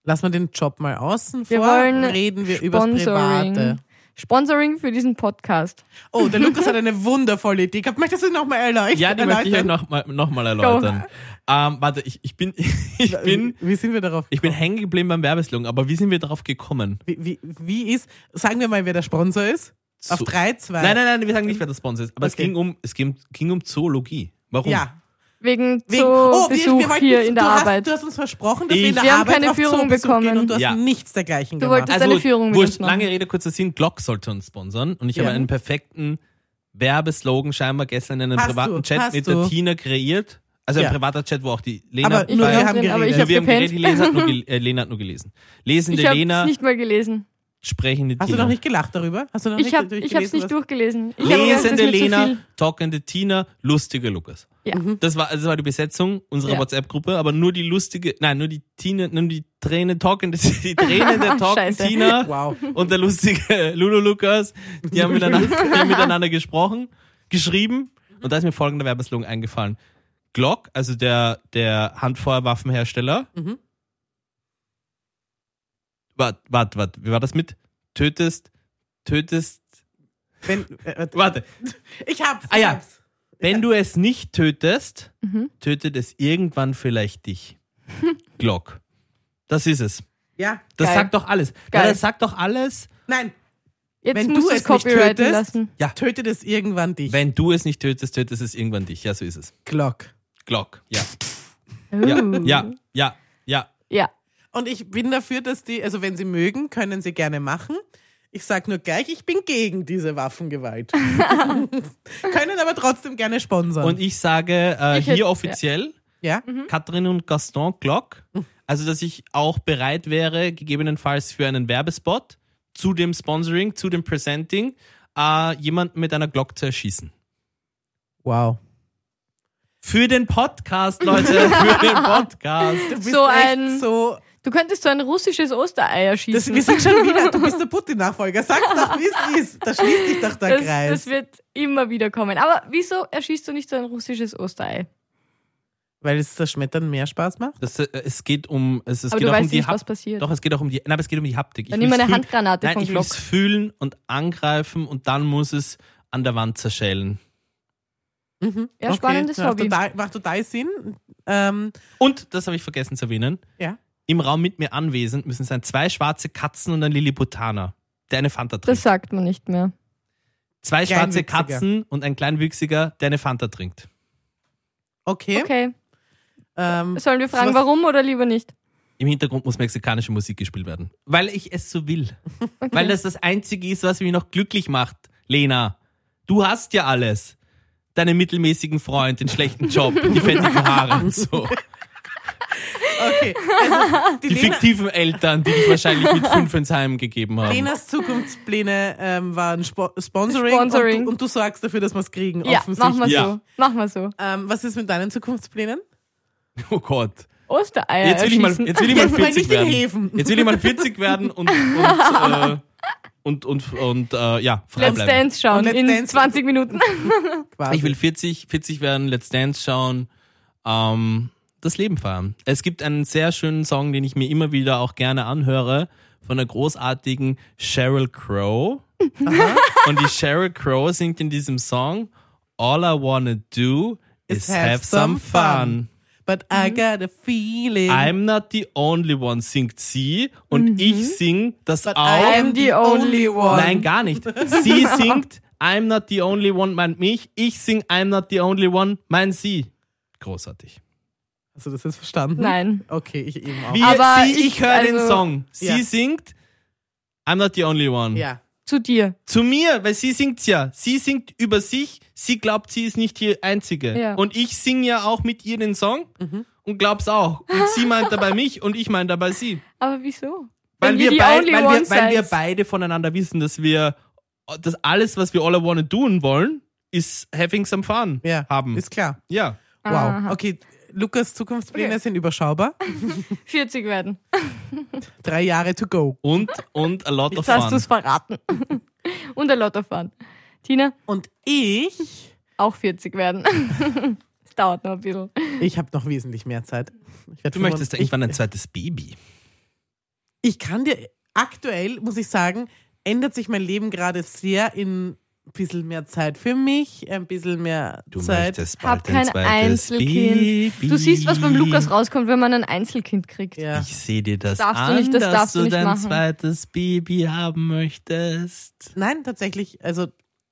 Speaker 1: Lass mal den Job mal außen
Speaker 2: Wir
Speaker 1: vor.
Speaker 2: wollen
Speaker 1: reden wir über das Private.
Speaker 2: Sponsoring. Sponsoring für diesen Podcast.
Speaker 1: Oh, der Lukas hat eine wundervolle Idee gehabt. Möchtest du nochmal erleuchten?
Speaker 3: Ja, die möchte ich euch
Speaker 1: erläutern?
Speaker 3: nochmal noch mal erläutern. Ähm, warte, ich, ich bin, ich bin,
Speaker 1: Wie sind wir darauf?
Speaker 3: ich bin
Speaker 2: Äh,
Speaker 3: hängen geblieben beim Werbeslogan, aber wie sind wir darauf gekommen?
Speaker 1: Wie, wie, wie ist, sagen wir mal, wer der Sponsor ist? Auf
Speaker 3: So-
Speaker 1: 3, 2.
Speaker 3: Nein, nein, nein, wir sagen nicht, wer der Sponsor ist. Aber es,
Speaker 1: Okay.
Speaker 3: ging um, es ging, ging um Zoologie. Warum?
Speaker 1: Ja.
Speaker 2: Wegen,
Speaker 1: Wegen,
Speaker 2: Zoo
Speaker 1: oh, wir,
Speaker 2: Besuch
Speaker 1: wir wollten,
Speaker 2: hier in der
Speaker 1: du
Speaker 2: Arbeit.
Speaker 1: Hast, du hast uns versprochen, dass
Speaker 3: Ich-
Speaker 1: wir in der
Speaker 2: Wir haben
Speaker 1: Arbeit
Speaker 2: keine
Speaker 1: auf
Speaker 2: Führung
Speaker 1: Zoobesuch gehen
Speaker 2: bekommen.
Speaker 1: und du hast
Speaker 3: Ja. Also-
Speaker 1: nichts dergleichen
Speaker 2: Du
Speaker 1: gemacht.
Speaker 2: wolltest- eine Führung mit
Speaker 3: wurscht,
Speaker 2: uns machen.
Speaker 3: lange Rede, kurzer Sinn, Glock sollte uns sponsern und ich
Speaker 1: Ja.
Speaker 3: habe einen perfekten Werbeslogan scheinbar gestern in einem
Speaker 1: Hast
Speaker 3: privaten
Speaker 1: du,
Speaker 3: Chat
Speaker 1: hast
Speaker 3: mit
Speaker 1: du.
Speaker 3: der Tina kreiert. Also
Speaker 1: Ja.
Speaker 3: ein privater Chat, wo auch die Lena
Speaker 1: Aber
Speaker 3: bei-
Speaker 1: nur wir
Speaker 2: war
Speaker 1: haben
Speaker 2: drin, aber ich
Speaker 1: geredet.
Speaker 2: habe
Speaker 3: wir haben geredet, die
Speaker 2: gepennt.
Speaker 3: Lena hat nur, gel äh, Lena hat nur gelesen. Lesende
Speaker 2: Ich habe
Speaker 3: Lena,
Speaker 2: es nicht mal gelesen.
Speaker 3: sprechende
Speaker 1: hast du
Speaker 3: Tina.
Speaker 1: noch nicht gelacht darüber? Hast du noch
Speaker 2: Ich
Speaker 1: nicht
Speaker 2: habe
Speaker 1: durchgelesen,
Speaker 2: es nicht
Speaker 1: was-
Speaker 2: durchgelesen. Ich hab gedacht, das ist
Speaker 3: Lesende
Speaker 2: mir zu
Speaker 3: Lena,
Speaker 2: viel.
Speaker 3: talkende Tina, lustige Lukas.
Speaker 2: Ja.
Speaker 3: Das war, das war die Besetzung unserer
Speaker 2: Ja.
Speaker 3: WhatsApp-Gruppe, aber nur die lustige, nein, nur die Tina, nur die Tränen, talkende, die Tränen der talkenden
Speaker 2: Scheiße.
Speaker 3: Tina
Speaker 1: Wow.
Speaker 3: und der lustige Lulu Lukas, die haben miteinander, die haben miteinander gesprochen, geschrieben und da ist mir folgender Werbeslogan eingefallen. Glock, also der, der Handfeuerwaffenhersteller.
Speaker 1: Mhm.
Speaker 3: Warte, warte, warte, wie war das mit? Tötest, tötest,
Speaker 1: Wenn, äh, äh,
Speaker 3: warte.
Speaker 1: ich hab's.
Speaker 3: Ah
Speaker 1: ich
Speaker 3: ja.
Speaker 1: hab's.
Speaker 3: Wenn du es nicht tötest,
Speaker 2: Mhm.
Speaker 3: tötet es irgendwann vielleicht dich. Glock. Das ist es.
Speaker 1: Ja.
Speaker 3: Das
Speaker 2: Geil.
Speaker 3: sagt doch alles.
Speaker 2: Geil.
Speaker 3: Ja, das sagt doch alles.
Speaker 1: Nein,
Speaker 2: Jetzt
Speaker 1: Wenn
Speaker 2: musst
Speaker 1: du
Speaker 2: du
Speaker 1: es
Speaker 2: es
Speaker 1: nicht
Speaker 2: copyrighten
Speaker 1: tötest,
Speaker 2: lassen.
Speaker 1: tötet es irgendwann dich.
Speaker 3: Wenn du es nicht tötest, tötet es irgendwann dich. Ja, so ist es.
Speaker 1: Glock.
Speaker 3: Glock. Ja. Ja.
Speaker 2: Uh.
Speaker 3: Ja. Ja. Ja.
Speaker 2: ja.
Speaker 1: Und ich bin dafür, dass die, also wenn sie mögen, können sie gerne machen. Ich sag nur gleich, ich bin gegen diese Waffengewalt. können aber trotzdem gerne sponsern.
Speaker 3: Und ich sage äh,
Speaker 2: Ich Mhm. hätte-
Speaker 3: hier offiziell,
Speaker 1: ja?
Speaker 3: Katrin und Gaston Glock. Also, dass ich auch bereit wäre, gegebenenfalls für einen Werbespot zu dem Sponsoring, zu dem Presenting, äh, jemanden mit einer Glock zu erschießen.
Speaker 1: Wow.
Speaker 3: Für den Podcast, Leute. Für den Podcast.
Speaker 1: Du bist
Speaker 2: So
Speaker 1: echt
Speaker 2: ein-
Speaker 1: So,
Speaker 2: Du könntest so ein russisches Osterei
Speaker 1: das,
Speaker 2: erschießen.
Speaker 1: wir sind schon wieder, du bist der Putin-Nachfolger. Sag doch, wie es ist. Da schließt sich doch der
Speaker 2: das,
Speaker 1: Kreis.
Speaker 2: das wird immer wieder kommen. Aber wieso erschießt du nicht so ein russisches Osterei?
Speaker 1: Weil es das Schmettern mehr Spaß macht?
Speaker 3: Das, äh, es geht um, es, es
Speaker 2: aber
Speaker 3: geht
Speaker 2: du
Speaker 3: auch um
Speaker 2: weißt
Speaker 3: die
Speaker 2: nicht,
Speaker 3: Hap-
Speaker 2: was passiert.
Speaker 3: Doch, es geht auch um die, nein, aber es geht um die Haptik.
Speaker 2: Dann nimm
Speaker 3: will's
Speaker 2: eine
Speaker 3: fühlen-
Speaker 2: Handgranate
Speaker 3: Nein,
Speaker 2: von
Speaker 3: ich will
Speaker 2: Glock.
Speaker 3: es fühlen und angreifen und dann muss es an der Wand zerschellen.
Speaker 1: Mhm.
Speaker 2: Ja, spannendes
Speaker 1: macht
Speaker 2: Hobby.
Speaker 1: Total, macht total Sinn. Ähm,
Speaker 3: Und, das habe ich vergessen zu erwähnen,
Speaker 1: ja.
Speaker 3: im Raum mit mir anwesend müssen sein zwei schwarze Katzen und ein Lilliputaner, der eine Fanta
Speaker 2: Das
Speaker 3: trinkt.
Speaker 2: sagt man nicht mehr.
Speaker 3: Zwei schwarze
Speaker 1: Kleinwüchsiger.
Speaker 3: Katzen und ein Kleinwüchsiger, der eine Fanta trinkt.
Speaker 1: Okay.
Speaker 2: Okay.
Speaker 1: Ähm,
Speaker 2: Sollen wir fragen,
Speaker 1: Was-
Speaker 2: warum oder lieber nicht?
Speaker 3: Im Hintergrund muss mexikanische Musik gespielt werden. Weil ich es so will. Weil das das Einzige ist, was mich noch glücklich macht, Lena. Du hast ja alles. Deinen mittelmäßigen Freund, den schlechten Job, die fettigen Haare und so.
Speaker 1: okay. Also, die
Speaker 3: Die
Speaker 1: Lena,
Speaker 3: fiktiven Eltern, die dich wahrscheinlich mit fünf ins Heim gegeben haben.
Speaker 2: Ähm.
Speaker 1: Lenas Zukunftspläne ähm, waren Spo Sponsoring,
Speaker 2: Sponsoring.
Speaker 1: Und, du, und du sorgst dafür, dass wir es kriegen,
Speaker 2: Ja, machen wir
Speaker 1: offensichtlich.
Speaker 3: Ja.
Speaker 2: so. Machen wir so.
Speaker 1: Ähm, was ist mit deinen Zukunftsplänen?
Speaker 3: Oh Gott.
Speaker 2: Ostereier
Speaker 3: Jetzt will ich
Speaker 2: erschießen.
Speaker 3: mal, jetzt will ich mal
Speaker 1: Jetzt mal
Speaker 3: 40
Speaker 1: nicht in
Speaker 3: werden.
Speaker 1: Häfen.
Speaker 3: Jetzt will ich mal 40 werden und, und, äh, und, und, und äh, ja, frei
Speaker 2: Let's
Speaker 3: bleiben.
Speaker 2: Dance schauen
Speaker 1: Und Let's
Speaker 2: in
Speaker 1: Dance-
Speaker 2: 20 Minuten.
Speaker 1: Quasi.
Speaker 3: Ich will 40, 40 werden, Let's Dance schauen, ähm, das Leben feiern. Es gibt einen sehr schönen Song, den ich mir immer wieder auch gerne anhöre, von der großartigen Sheryl Crow. Und die Sheryl Crow singt in diesem Song All I Wanna Do is Have Some Fun.
Speaker 1: But I got a feeling.
Speaker 3: I'm not the only one, singt sie. Und ich sing das
Speaker 1: but
Speaker 3: auch.
Speaker 2: I'm the only one.
Speaker 3: Nein, gar nicht. Sie singt I'm not the only one, meint mich. Ich sing I'm not the only one, meint sie. Großartig.
Speaker 1: Hast du das jetzt verstanden?
Speaker 2: Nein.
Speaker 1: Okay, ich eben auch.
Speaker 3: Wie
Speaker 2: Aber
Speaker 3: sie, ich,
Speaker 2: ich-
Speaker 3: höre den
Speaker 2: also-
Speaker 3: Song. Sie
Speaker 1: Ja.
Speaker 3: singt I'm not the only one.
Speaker 1: Ja.
Speaker 2: Zu dir.
Speaker 3: Zu mir, weil sie singt's ja. Sie singt über sich. Sie glaubt, sie ist nicht die Einzige.
Speaker 2: Ja. Mhm.
Speaker 3: Und ich sing ja auch mit ihr den Song und glaub's auch. Und sie meint dabei mich und ich meine dabei sie.
Speaker 2: Aber wieso?
Speaker 3: Weil
Speaker 2: Wenn
Speaker 3: wir,
Speaker 2: ihr die
Speaker 3: beid,
Speaker 2: only
Speaker 3: weil,
Speaker 2: ones
Speaker 3: wir, weil wir
Speaker 2: seid.
Speaker 3: beide voneinander wissen, dass wir dass alles, was wir all I wanna tun wollen, ist having some fun
Speaker 1: Ja.
Speaker 3: haben.
Speaker 1: Ist klar.
Speaker 3: ja.
Speaker 1: Wow.
Speaker 2: Aha.
Speaker 1: Okay, Lukas Zukunftspläne
Speaker 2: Okay.
Speaker 1: sind überschaubar.
Speaker 2: 40 werden.
Speaker 1: Drei Jahre to go.
Speaker 3: Und, und a lot of
Speaker 2: Jetzt hast du
Speaker 3: fun.
Speaker 2: es verraten. Und ein Lotto fahren. Tina,
Speaker 1: Und ich,
Speaker 2: auch 40 werden. Es dauert noch ein bisschen.
Speaker 1: ich habe noch wesentlich mehr Zeit. Ich werd
Speaker 3: Du möchtest ja
Speaker 1: fünfund-
Speaker 3: irgendwann ein zweites Baby.
Speaker 1: ich kann dir aktuell, muss ich sagen, ändert sich mein Leben gerade sehr in ein bisschen mehr Zeit für mich, ein bisschen mehr
Speaker 3: Du
Speaker 1: Zeit.
Speaker 3: möchtest bald
Speaker 2: Hab kein
Speaker 3: ein zweites
Speaker 2: Einzelkind.
Speaker 3: Baby.
Speaker 2: Du siehst, was beim Lukas rauskommt, wenn man ein Einzelkind kriegt.
Speaker 1: Ja.
Speaker 3: Ich sehe dir das,
Speaker 2: Das darfst du
Speaker 3: an,
Speaker 2: nicht, das
Speaker 3: dass
Speaker 2: darfst du
Speaker 3: du
Speaker 2: nicht
Speaker 3: dein
Speaker 2: machen.
Speaker 3: zweites Baby haben möchtest.
Speaker 1: Nein, tatsächlich, also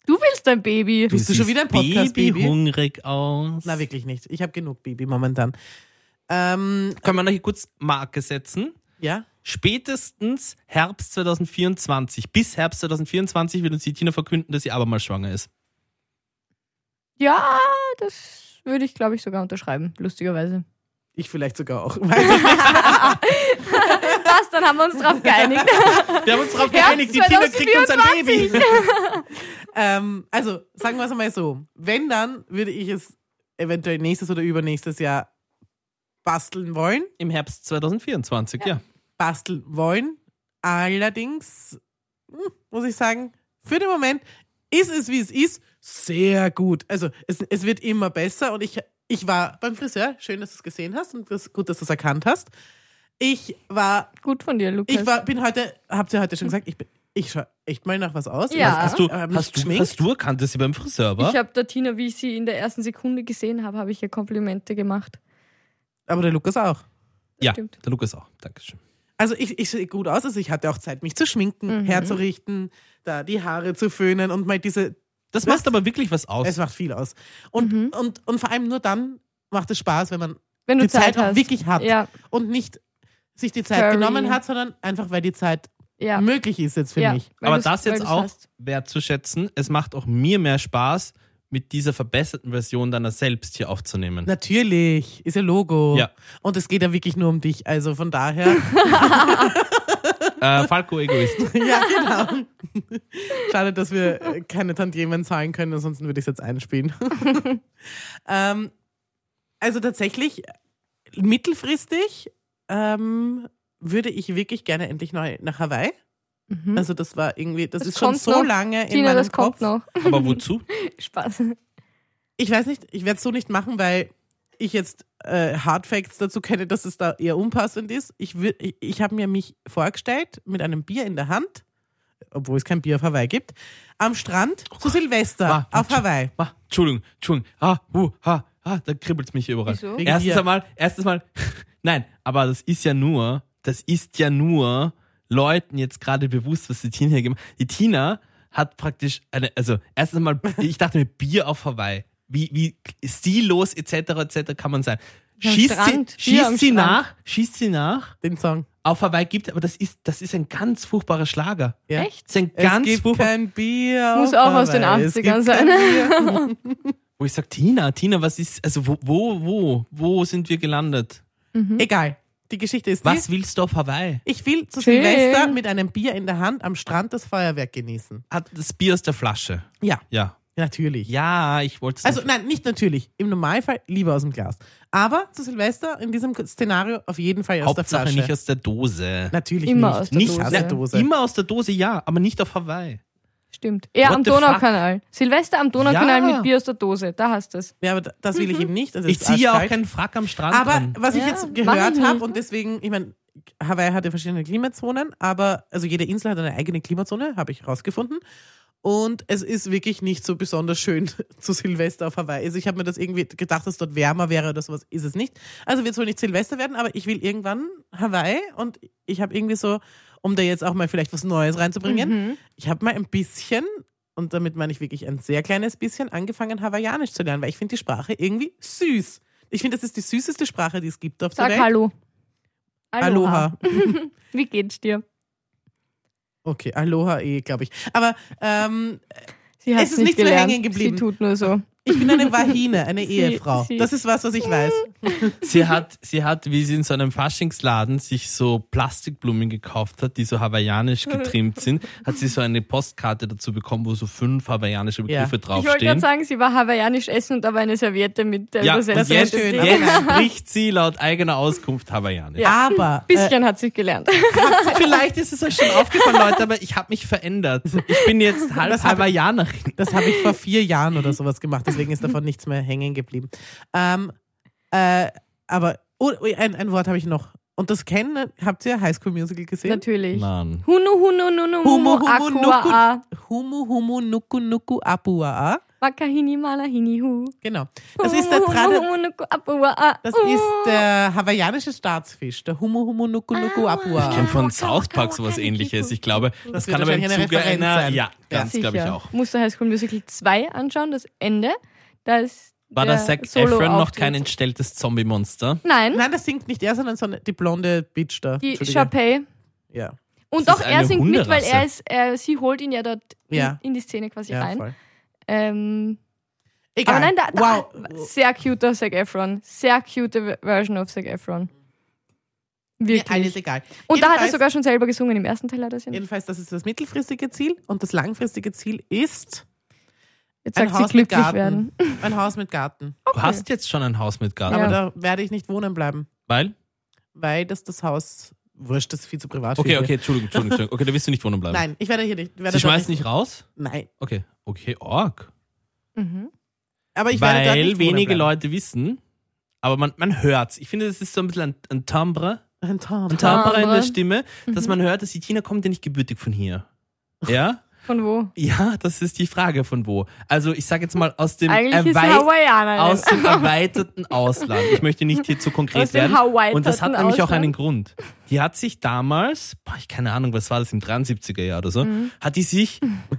Speaker 2: Du willst ein Baby.
Speaker 1: Bist du schon
Speaker 3: siehst
Speaker 1: wieder im Podcast, Baby?
Speaker 3: hungrig aus.
Speaker 1: na wirklich nicht. Ich habe genug Baby momentan. Ähm,
Speaker 3: Können wir noch hier kurz Marke setzen?
Speaker 1: ja,
Speaker 3: Spätestens Herbst 2024, bis Herbst 2024 wird uns die Tina verkünden, dass sie abermals schwanger ist.
Speaker 2: Ja, das würde ich, glaube ich, sogar unterschreiben. Lustigerweise.
Speaker 1: ich vielleicht sogar auch. Weil
Speaker 2: Passt, dann haben wir uns drauf geeinigt.
Speaker 3: Wir haben uns darauf
Speaker 2: Herbst
Speaker 3: geeinigt, die Tina kriegt uns ein Baby.
Speaker 1: ähm, also sagen wir es mal so. Wenn dann, würde ich es eventuell nächstes oder übernächstes Jahr basteln wollen.
Speaker 3: Im Herbst 2024, ja.
Speaker 1: basteln wollen. Allerdings hm, muss ich sagen, für den Moment ist es, wie es ist, sehr gut. Also es, es wird immer besser und ich, ich war beim Friseur, schön, dass du es gesehen hast und das, gut, dass du es erkannt hast. Ich war,
Speaker 2: Gut von dir, Lukas.
Speaker 1: ich war, bin heute, habt ihr heute schon gesagt, ich bin, ich schaue echt mal nach was aus.
Speaker 2: Ja.
Speaker 1: Ich
Speaker 3: Hast du,
Speaker 1: hab mich
Speaker 3: hast, du,
Speaker 1: geschminkt.
Speaker 3: hast du erkannt, dass sie beim Friseur war?
Speaker 2: Ich habe der Tina, wie ich sie in der ersten Sekunde gesehen habe, habe ich ihr Komplimente gemacht.
Speaker 1: aber der Lukas auch.
Speaker 3: ja,
Speaker 2: stimmt.
Speaker 3: der Lukas auch. Dankeschön.
Speaker 1: Also ich, ich sehe gut aus, also ich hatte auch Zeit, mich zu schminken,
Speaker 2: Mhm.
Speaker 1: herzurichten, da die Haare zu föhnen und mal diese
Speaker 3: Das macht aber wirklich was aus.
Speaker 1: Es macht viel aus. Und,
Speaker 2: Mhm.
Speaker 1: und, und vor allem nur dann macht es Spaß, wenn man
Speaker 2: Wenn du
Speaker 1: die Zeit,
Speaker 2: Zeit,
Speaker 1: auch
Speaker 2: hast.
Speaker 1: wirklich hat
Speaker 2: Ja,
Speaker 1: und nicht sich die Zeit
Speaker 2: Curry.
Speaker 1: genommen hat, sondern einfach, weil die Zeit
Speaker 2: ja.
Speaker 1: möglich ist jetzt für
Speaker 2: ja,
Speaker 1: mich.
Speaker 2: weil
Speaker 3: Aber
Speaker 2: du's-
Speaker 3: das
Speaker 2: weil
Speaker 3: jetzt
Speaker 2: du's
Speaker 3: auch
Speaker 2: hast.
Speaker 3: wertzuschätzen. Es macht auch mir mehr Spaß, mit dieser verbesserten Version deiner selbst hier aufzunehmen.
Speaker 1: Natürlich, ist ja Logo.
Speaker 3: Ja.
Speaker 1: Und es geht ja wirklich nur um dich. Also von daher,
Speaker 3: Äh, Falco Egoist.
Speaker 1: ja, genau. Schade, dass wir äh, keine Tantiemen zahlen können, ansonsten würde ich es jetzt einspielen. ähm, also tatsächlich, mittelfristig ähm, würde ich wirklich gerne endlich neu nach Hawaii.
Speaker 2: Mhm.
Speaker 1: Also das war irgendwie, das,
Speaker 2: Das
Speaker 1: ist schon
Speaker 2: kommt
Speaker 1: so
Speaker 2: noch.
Speaker 1: lange in
Speaker 2: Tina,
Speaker 1: meinem
Speaker 2: das
Speaker 1: Kopf.
Speaker 2: kommt noch.
Speaker 3: Aber wozu?
Speaker 2: Spaß.
Speaker 1: Ich weiß nicht, ich werde es so nicht machen, weil ich jetzt äh, Hard Facts dazu kenne, dass es da eher unpassend ist. Ich, wür- ich, ich habe mir mich vorgestellt mit einem Bier in der Hand, obwohl es kein Bier auf Hawaii gibt, am Strand zu Silvester
Speaker 3: Ma, ma,
Speaker 1: auf Hawaii.
Speaker 3: Ah, Entschuldigung, Entschuldigung. Ah, uh, ha, ah, da kribbelt's mich überall.
Speaker 2: Wieso?
Speaker 1: Wegen
Speaker 3: Erstens
Speaker 1: dir.
Speaker 3: einmal, erstens mal, nein, aber das ist ja nur, das ist ja nur Leuten jetzt gerade bewusst, was die Tina hier gemacht hat. Die Tina hat praktisch eine, also erstens mal, ich dachte mir, Bier auf Hawaii. Wie, wie stillos etc. etc. kann man sein.
Speaker 2: Am
Speaker 3: Schießt sie,
Speaker 2: Strand, Bier am
Speaker 3: schießt sie
Speaker 2: Strand.
Speaker 3: nach, schießt sie nach.
Speaker 1: Den Song.
Speaker 3: Auf Hawaii gibt, aber das ist, das ist ein ganz furchtbarer Schlager.
Speaker 1: Ja.
Speaker 2: Echt?
Speaker 3: Das ist ein
Speaker 1: Es
Speaker 3: ganz
Speaker 1: gibt
Speaker 3: furchtbarer
Speaker 1: kein Bier.
Speaker 2: Muss
Speaker 1: auf
Speaker 2: auch
Speaker 1: Hawaii.
Speaker 2: aus den
Speaker 1: Es gibt
Speaker 2: 80ern
Speaker 1: kein Bier.
Speaker 3: Wo ich sag, Tina, Tina, was ist, also wo, wo, wo, wo sind wir gelandet?
Speaker 1: Egal. Die Geschichte ist
Speaker 3: Was
Speaker 1: die.
Speaker 3: willst du auf Hawaii?
Speaker 1: Ich will zu
Speaker 2: Schön.
Speaker 1: Silvester mit einem Bier in der Hand am Strand das Feuerwerk genießen.
Speaker 3: Hat das Bier aus der Flasche.
Speaker 1: Ja,
Speaker 3: Ja.
Speaker 1: natürlich.
Speaker 3: Ja, ich wollte es.
Speaker 1: Also nein, nicht natürlich. Im Normalfall lieber aus dem Glas. Aber zu Silvester in diesem Szenario auf jeden Fall aus der
Speaker 3: Hauptsache
Speaker 1: Flasche.
Speaker 3: nicht aus der Dose.
Speaker 1: natürlich
Speaker 2: Immer
Speaker 1: nicht.
Speaker 2: aus der
Speaker 1: nicht
Speaker 2: Dose.
Speaker 1: aus
Speaker 3: Na,
Speaker 1: der Dose.
Speaker 3: Immer aus der Dose, ja, aber nicht auf Hawaii.
Speaker 2: Stimmt. Eher
Speaker 3: What
Speaker 2: am
Speaker 3: the fuck?
Speaker 2: Donaukanal. Silvester am Donaukanal
Speaker 3: Ja.
Speaker 2: mit Bier aus der Dose. Da hast du es.
Speaker 1: Ja, aber da- das will ich eben nicht. Das
Speaker 3: Ich
Speaker 1: ist
Speaker 3: ziehe ja auch
Speaker 1: arschkalt.
Speaker 3: keinen Frack am Strand
Speaker 1: Aber
Speaker 3: an.
Speaker 1: was ich
Speaker 2: Ja,
Speaker 1: jetzt
Speaker 2: mach ich
Speaker 1: gehört
Speaker 2: nicht.
Speaker 1: habe und deswegen, ich meine, Hawaii hat ja verschiedene Klimazonen, aber also jede Insel hat eine eigene Klimazone, habe ich rausgefunden. Und es ist wirklich nicht so besonders schön zu Silvester auf Hawaii. Also ich habe mir das irgendwie gedacht, dass dort wärmer wäre oder sowas. Ist es nicht. Also wird es wohl nicht Silvester werden, aber ich will irgendwann Hawaii und ich habe irgendwie so, um da jetzt auch mal vielleicht was Neues reinzubringen,
Speaker 2: Mhm.
Speaker 1: ich habe mal ein bisschen, und damit meine ich wirklich ein sehr kleines bisschen, angefangen Hawaiianisch zu lernen, weil ich finde die Sprache irgendwie süß. Ich finde, das ist die süßeste Sprache, die es gibt auf der
Speaker 2: Sag
Speaker 1: Welt.
Speaker 2: Hallo.
Speaker 1: Aloha.
Speaker 2: Wie geht's dir?
Speaker 1: Okay, Aloha eh, glaube ich. Aber ähm,
Speaker 2: Sie
Speaker 1: Es ist nichts mehr hängen geblieben.
Speaker 2: Sie tut nur so.
Speaker 1: ich bin eine Wahine, eine
Speaker 2: Sie-
Speaker 1: Ehefrau.
Speaker 2: sie-
Speaker 1: Das ist was, was ich weiß.
Speaker 3: Sie hat, sie hat, wie sie in so einem Faschingsladen sich so Plastikblumen gekauft hat, die so hawaiianisch getrimmt sind, hat sie so eine Postkarte dazu bekommen, wo so fünf hawaiianische Begriffe
Speaker 2: Ich wollte gerade
Speaker 3: draufstehen.
Speaker 2: sagen, sie war hawaiianisch essen und aber eine Serviette mit äh,
Speaker 3: Ja,
Speaker 2: das
Speaker 3: und
Speaker 1: wär
Speaker 3: jetzt,
Speaker 1: schön, aber
Speaker 3: jetzt spricht sie laut eigener Auskunft hawaiianisch.
Speaker 2: Ja.
Speaker 1: Aber äh,
Speaker 2: Bisschen hat sie gelernt.
Speaker 3: Vielleicht ist es euch schon aufgefallen, Leute, aber ich habe mich verändert. Ich bin jetzt halb Hawaiianerin.
Speaker 1: das habe ich vor vier Jahren oder sowas gemacht, deswegen ist davon nichts mehr hängen geblieben. Ähm, äh, aber oh, oh, ein, ein Wort habe ich noch. Und das kennen, habt ihr High School Musical gesehen?
Speaker 2: Natürlich.
Speaker 3: Mann.
Speaker 2: Hunu, hunu, nunu,
Speaker 1: Humu,
Speaker 2: humu,
Speaker 1: humu, nuku.
Speaker 2: akua, a.
Speaker 1: Humu, humu, nuku, nuku, apua.
Speaker 2: Makahini, malahini, hu.
Speaker 1: Genau. Das ist der
Speaker 2: Humu,
Speaker 1: Trad
Speaker 2: humu, humu, nuku, apua, a.
Speaker 1: das
Speaker 2: Uh.
Speaker 1: ist der hawaiianische Staatsfisch, der Humu, humu, nuku, nuku,
Speaker 2: Ah.
Speaker 1: apua.
Speaker 3: Ich kenne von South Park sowas ähnliches. Ich glaube, das,
Speaker 1: Das wird
Speaker 3: kann aber im
Speaker 1: wahrscheinlich eine
Speaker 3: Zuge
Speaker 1: Referenz
Speaker 3: einer.
Speaker 1: sein.
Speaker 3: Ja,
Speaker 1: Ja.
Speaker 3: ganz glaube ich
Speaker 2: Sicher.
Speaker 3: auch.
Speaker 2: Musst du High School Musical 2 anschauen, das Ende. Da ist
Speaker 3: War
Speaker 2: der
Speaker 3: da Zac
Speaker 2: Solo
Speaker 3: Efron noch
Speaker 2: Auftritt.
Speaker 3: kein entstelltes Zombie-Monster?
Speaker 2: Nein,
Speaker 1: Nein, das singt nicht er, sondern, sondern die blonde Bitch da.
Speaker 2: die
Speaker 1: Entschuldige.
Speaker 2: Chapey.
Speaker 1: Ja,
Speaker 2: Und
Speaker 3: Das
Speaker 2: doch,
Speaker 3: ist
Speaker 2: er
Speaker 3: eine
Speaker 2: singt mit, weil er
Speaker 3: Hunderasse.
Speaker 2: ist, er, sie holt ihn ja dort in,
Speaker 1: Ja.
Speaker 2: in die Szene quasi
Speaker 1: ja
Speaker 2: rein.
Speaker 1: voll.
Speaker 2: Ähm,
Speaker 1: Egal.
Speaker 2: aber nein, da, ah, da
Speaker 1: wow.
Speaker 2: sehr cuter Zac Efron. Sehr cute Version of Zac Efron.
Speaker 1: Mir
Speaker 2: Wirklich.
Speaker 1: alles egal.
Speaker 2: Und da hat er
Speaker 1: Jedenfalls-
Speaker 2: sogar schon selber gesungen. Im ersten Teil hat er es ja nicht.
Speaker 1: Jedenfalls, das ist das mittelfristige Ziel. Und das langfristige Ziel ist
Speaker 2: Jetzt
Speaker 1: ein
Speaker 2: sagt sie
Speaker 1: Haus mit
Speaker 2: glücklich
Speaker 1: Garten.
Speaker 2: werden.
Speaker 1: Ein Haus mit Garten.
Speaker 3: Du hast jetzt schon ein Haus mit Garten,
Speaker 1: Aber
Speaker 2: Ja.
Speaker 1: da werde ich nicht wohnen bleiben,
Speaker 3: weil?
Speaker 1: weil das das Haus. Wurscht, das ist viel zu privat. für
Speaker 3: Okay,
Speaker 1: mich.
Speaker 3: okay, Entschuldigung, Entschuldigung, Entschuldigung. Okay, da wirst du nicht wohnen bleiben.
Speaker 1: Nein, ich werde hier nicht. Werde
Speaker 3: Sie
Speaker 1: dort
Speaker 3: schmeißt nicht raus?
Speaker 1: Nein.
Speaker 3: Okay, okay, Org.
Speaker 2: Mhm.
Speaker 1: Aber ich werde dort
Speaker 3: Weil
Speaker 1: nicht
Speaker 3: wenige
Speaker 1: wohnen
Speaker 3: Leute wissen, aber man, man hört's. Ich finde, das ist so ein bisschen ein, ein
Speaker 1: bleiben.
Speaker 3: Timbre,
Speaker 1: Ein Tom.
Speaker 3: ein Timbre in der
Speaker 2: Timbre.
Speaker 3: Stimme,
Speaker 2: Mhm.
Speaker 3: dass man hört, dass die Tina kommt ja nicht gebürtig von hier. Ja?
Speaker 2: Von wo?
Speaker 3: Ja, das ist die Frage von wo. Also ich sage jetzt mal aus dem,
Speaker 2: Eigentlich ist
Speaker 3: erwei-
Speaker 2: Hawaiianer.
Speaker 3: aus dem erweiterten Ausland. Ich möchte nicht hier zu konkret
Speaker 2: Aus dem
Speaker 3: werden.
Speaker 2: Hawaii
Speaker 3: Und das hat
Speaker 2: Tatten
Speaker 3: nämlich auch
Speaker 2: Ausland.
Speaker 3: einen Grund. Die hat sich damals, boah, ich keine Ahnung, was war das im 73er Jahr oder so,
Speaker 2: Mhm.
Speaker 3: hat die sich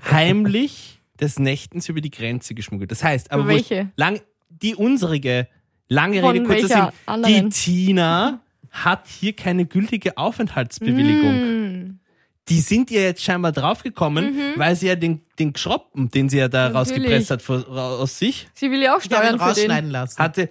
Speaker 3: heimlich des Nächtens über die Grenze geschmuggelt. Das heißt, aber wo ich
Speaker 2: Welche?
Speaker 3: lang die unserige lange
Speaker 2: Von
Speaker 3: Rede kurzer Sinn,
Speaker 2: welcher
Speaker 3: die
Speaker 2: anderen?
Speaker 3: Tina hat hier keine gültige Aufenthaltsbewilligung.
Speaker 2: Mm. Mhm.
Speaker 3: Die sind ihr jetzt scheinbar draufgekommen, weil sie ja den den Schroppen, den sie ja da
Speaker 2: Natürlich.
Speaker 3: rausgepresst hat vor- aus sich,
Speaker 2: Sie will ja auch
Speaker 1: Ich habe ihn
Speaker 2: steuern für den.
Speaker 1: rausschneiden lassen.
Speaker 3: hatte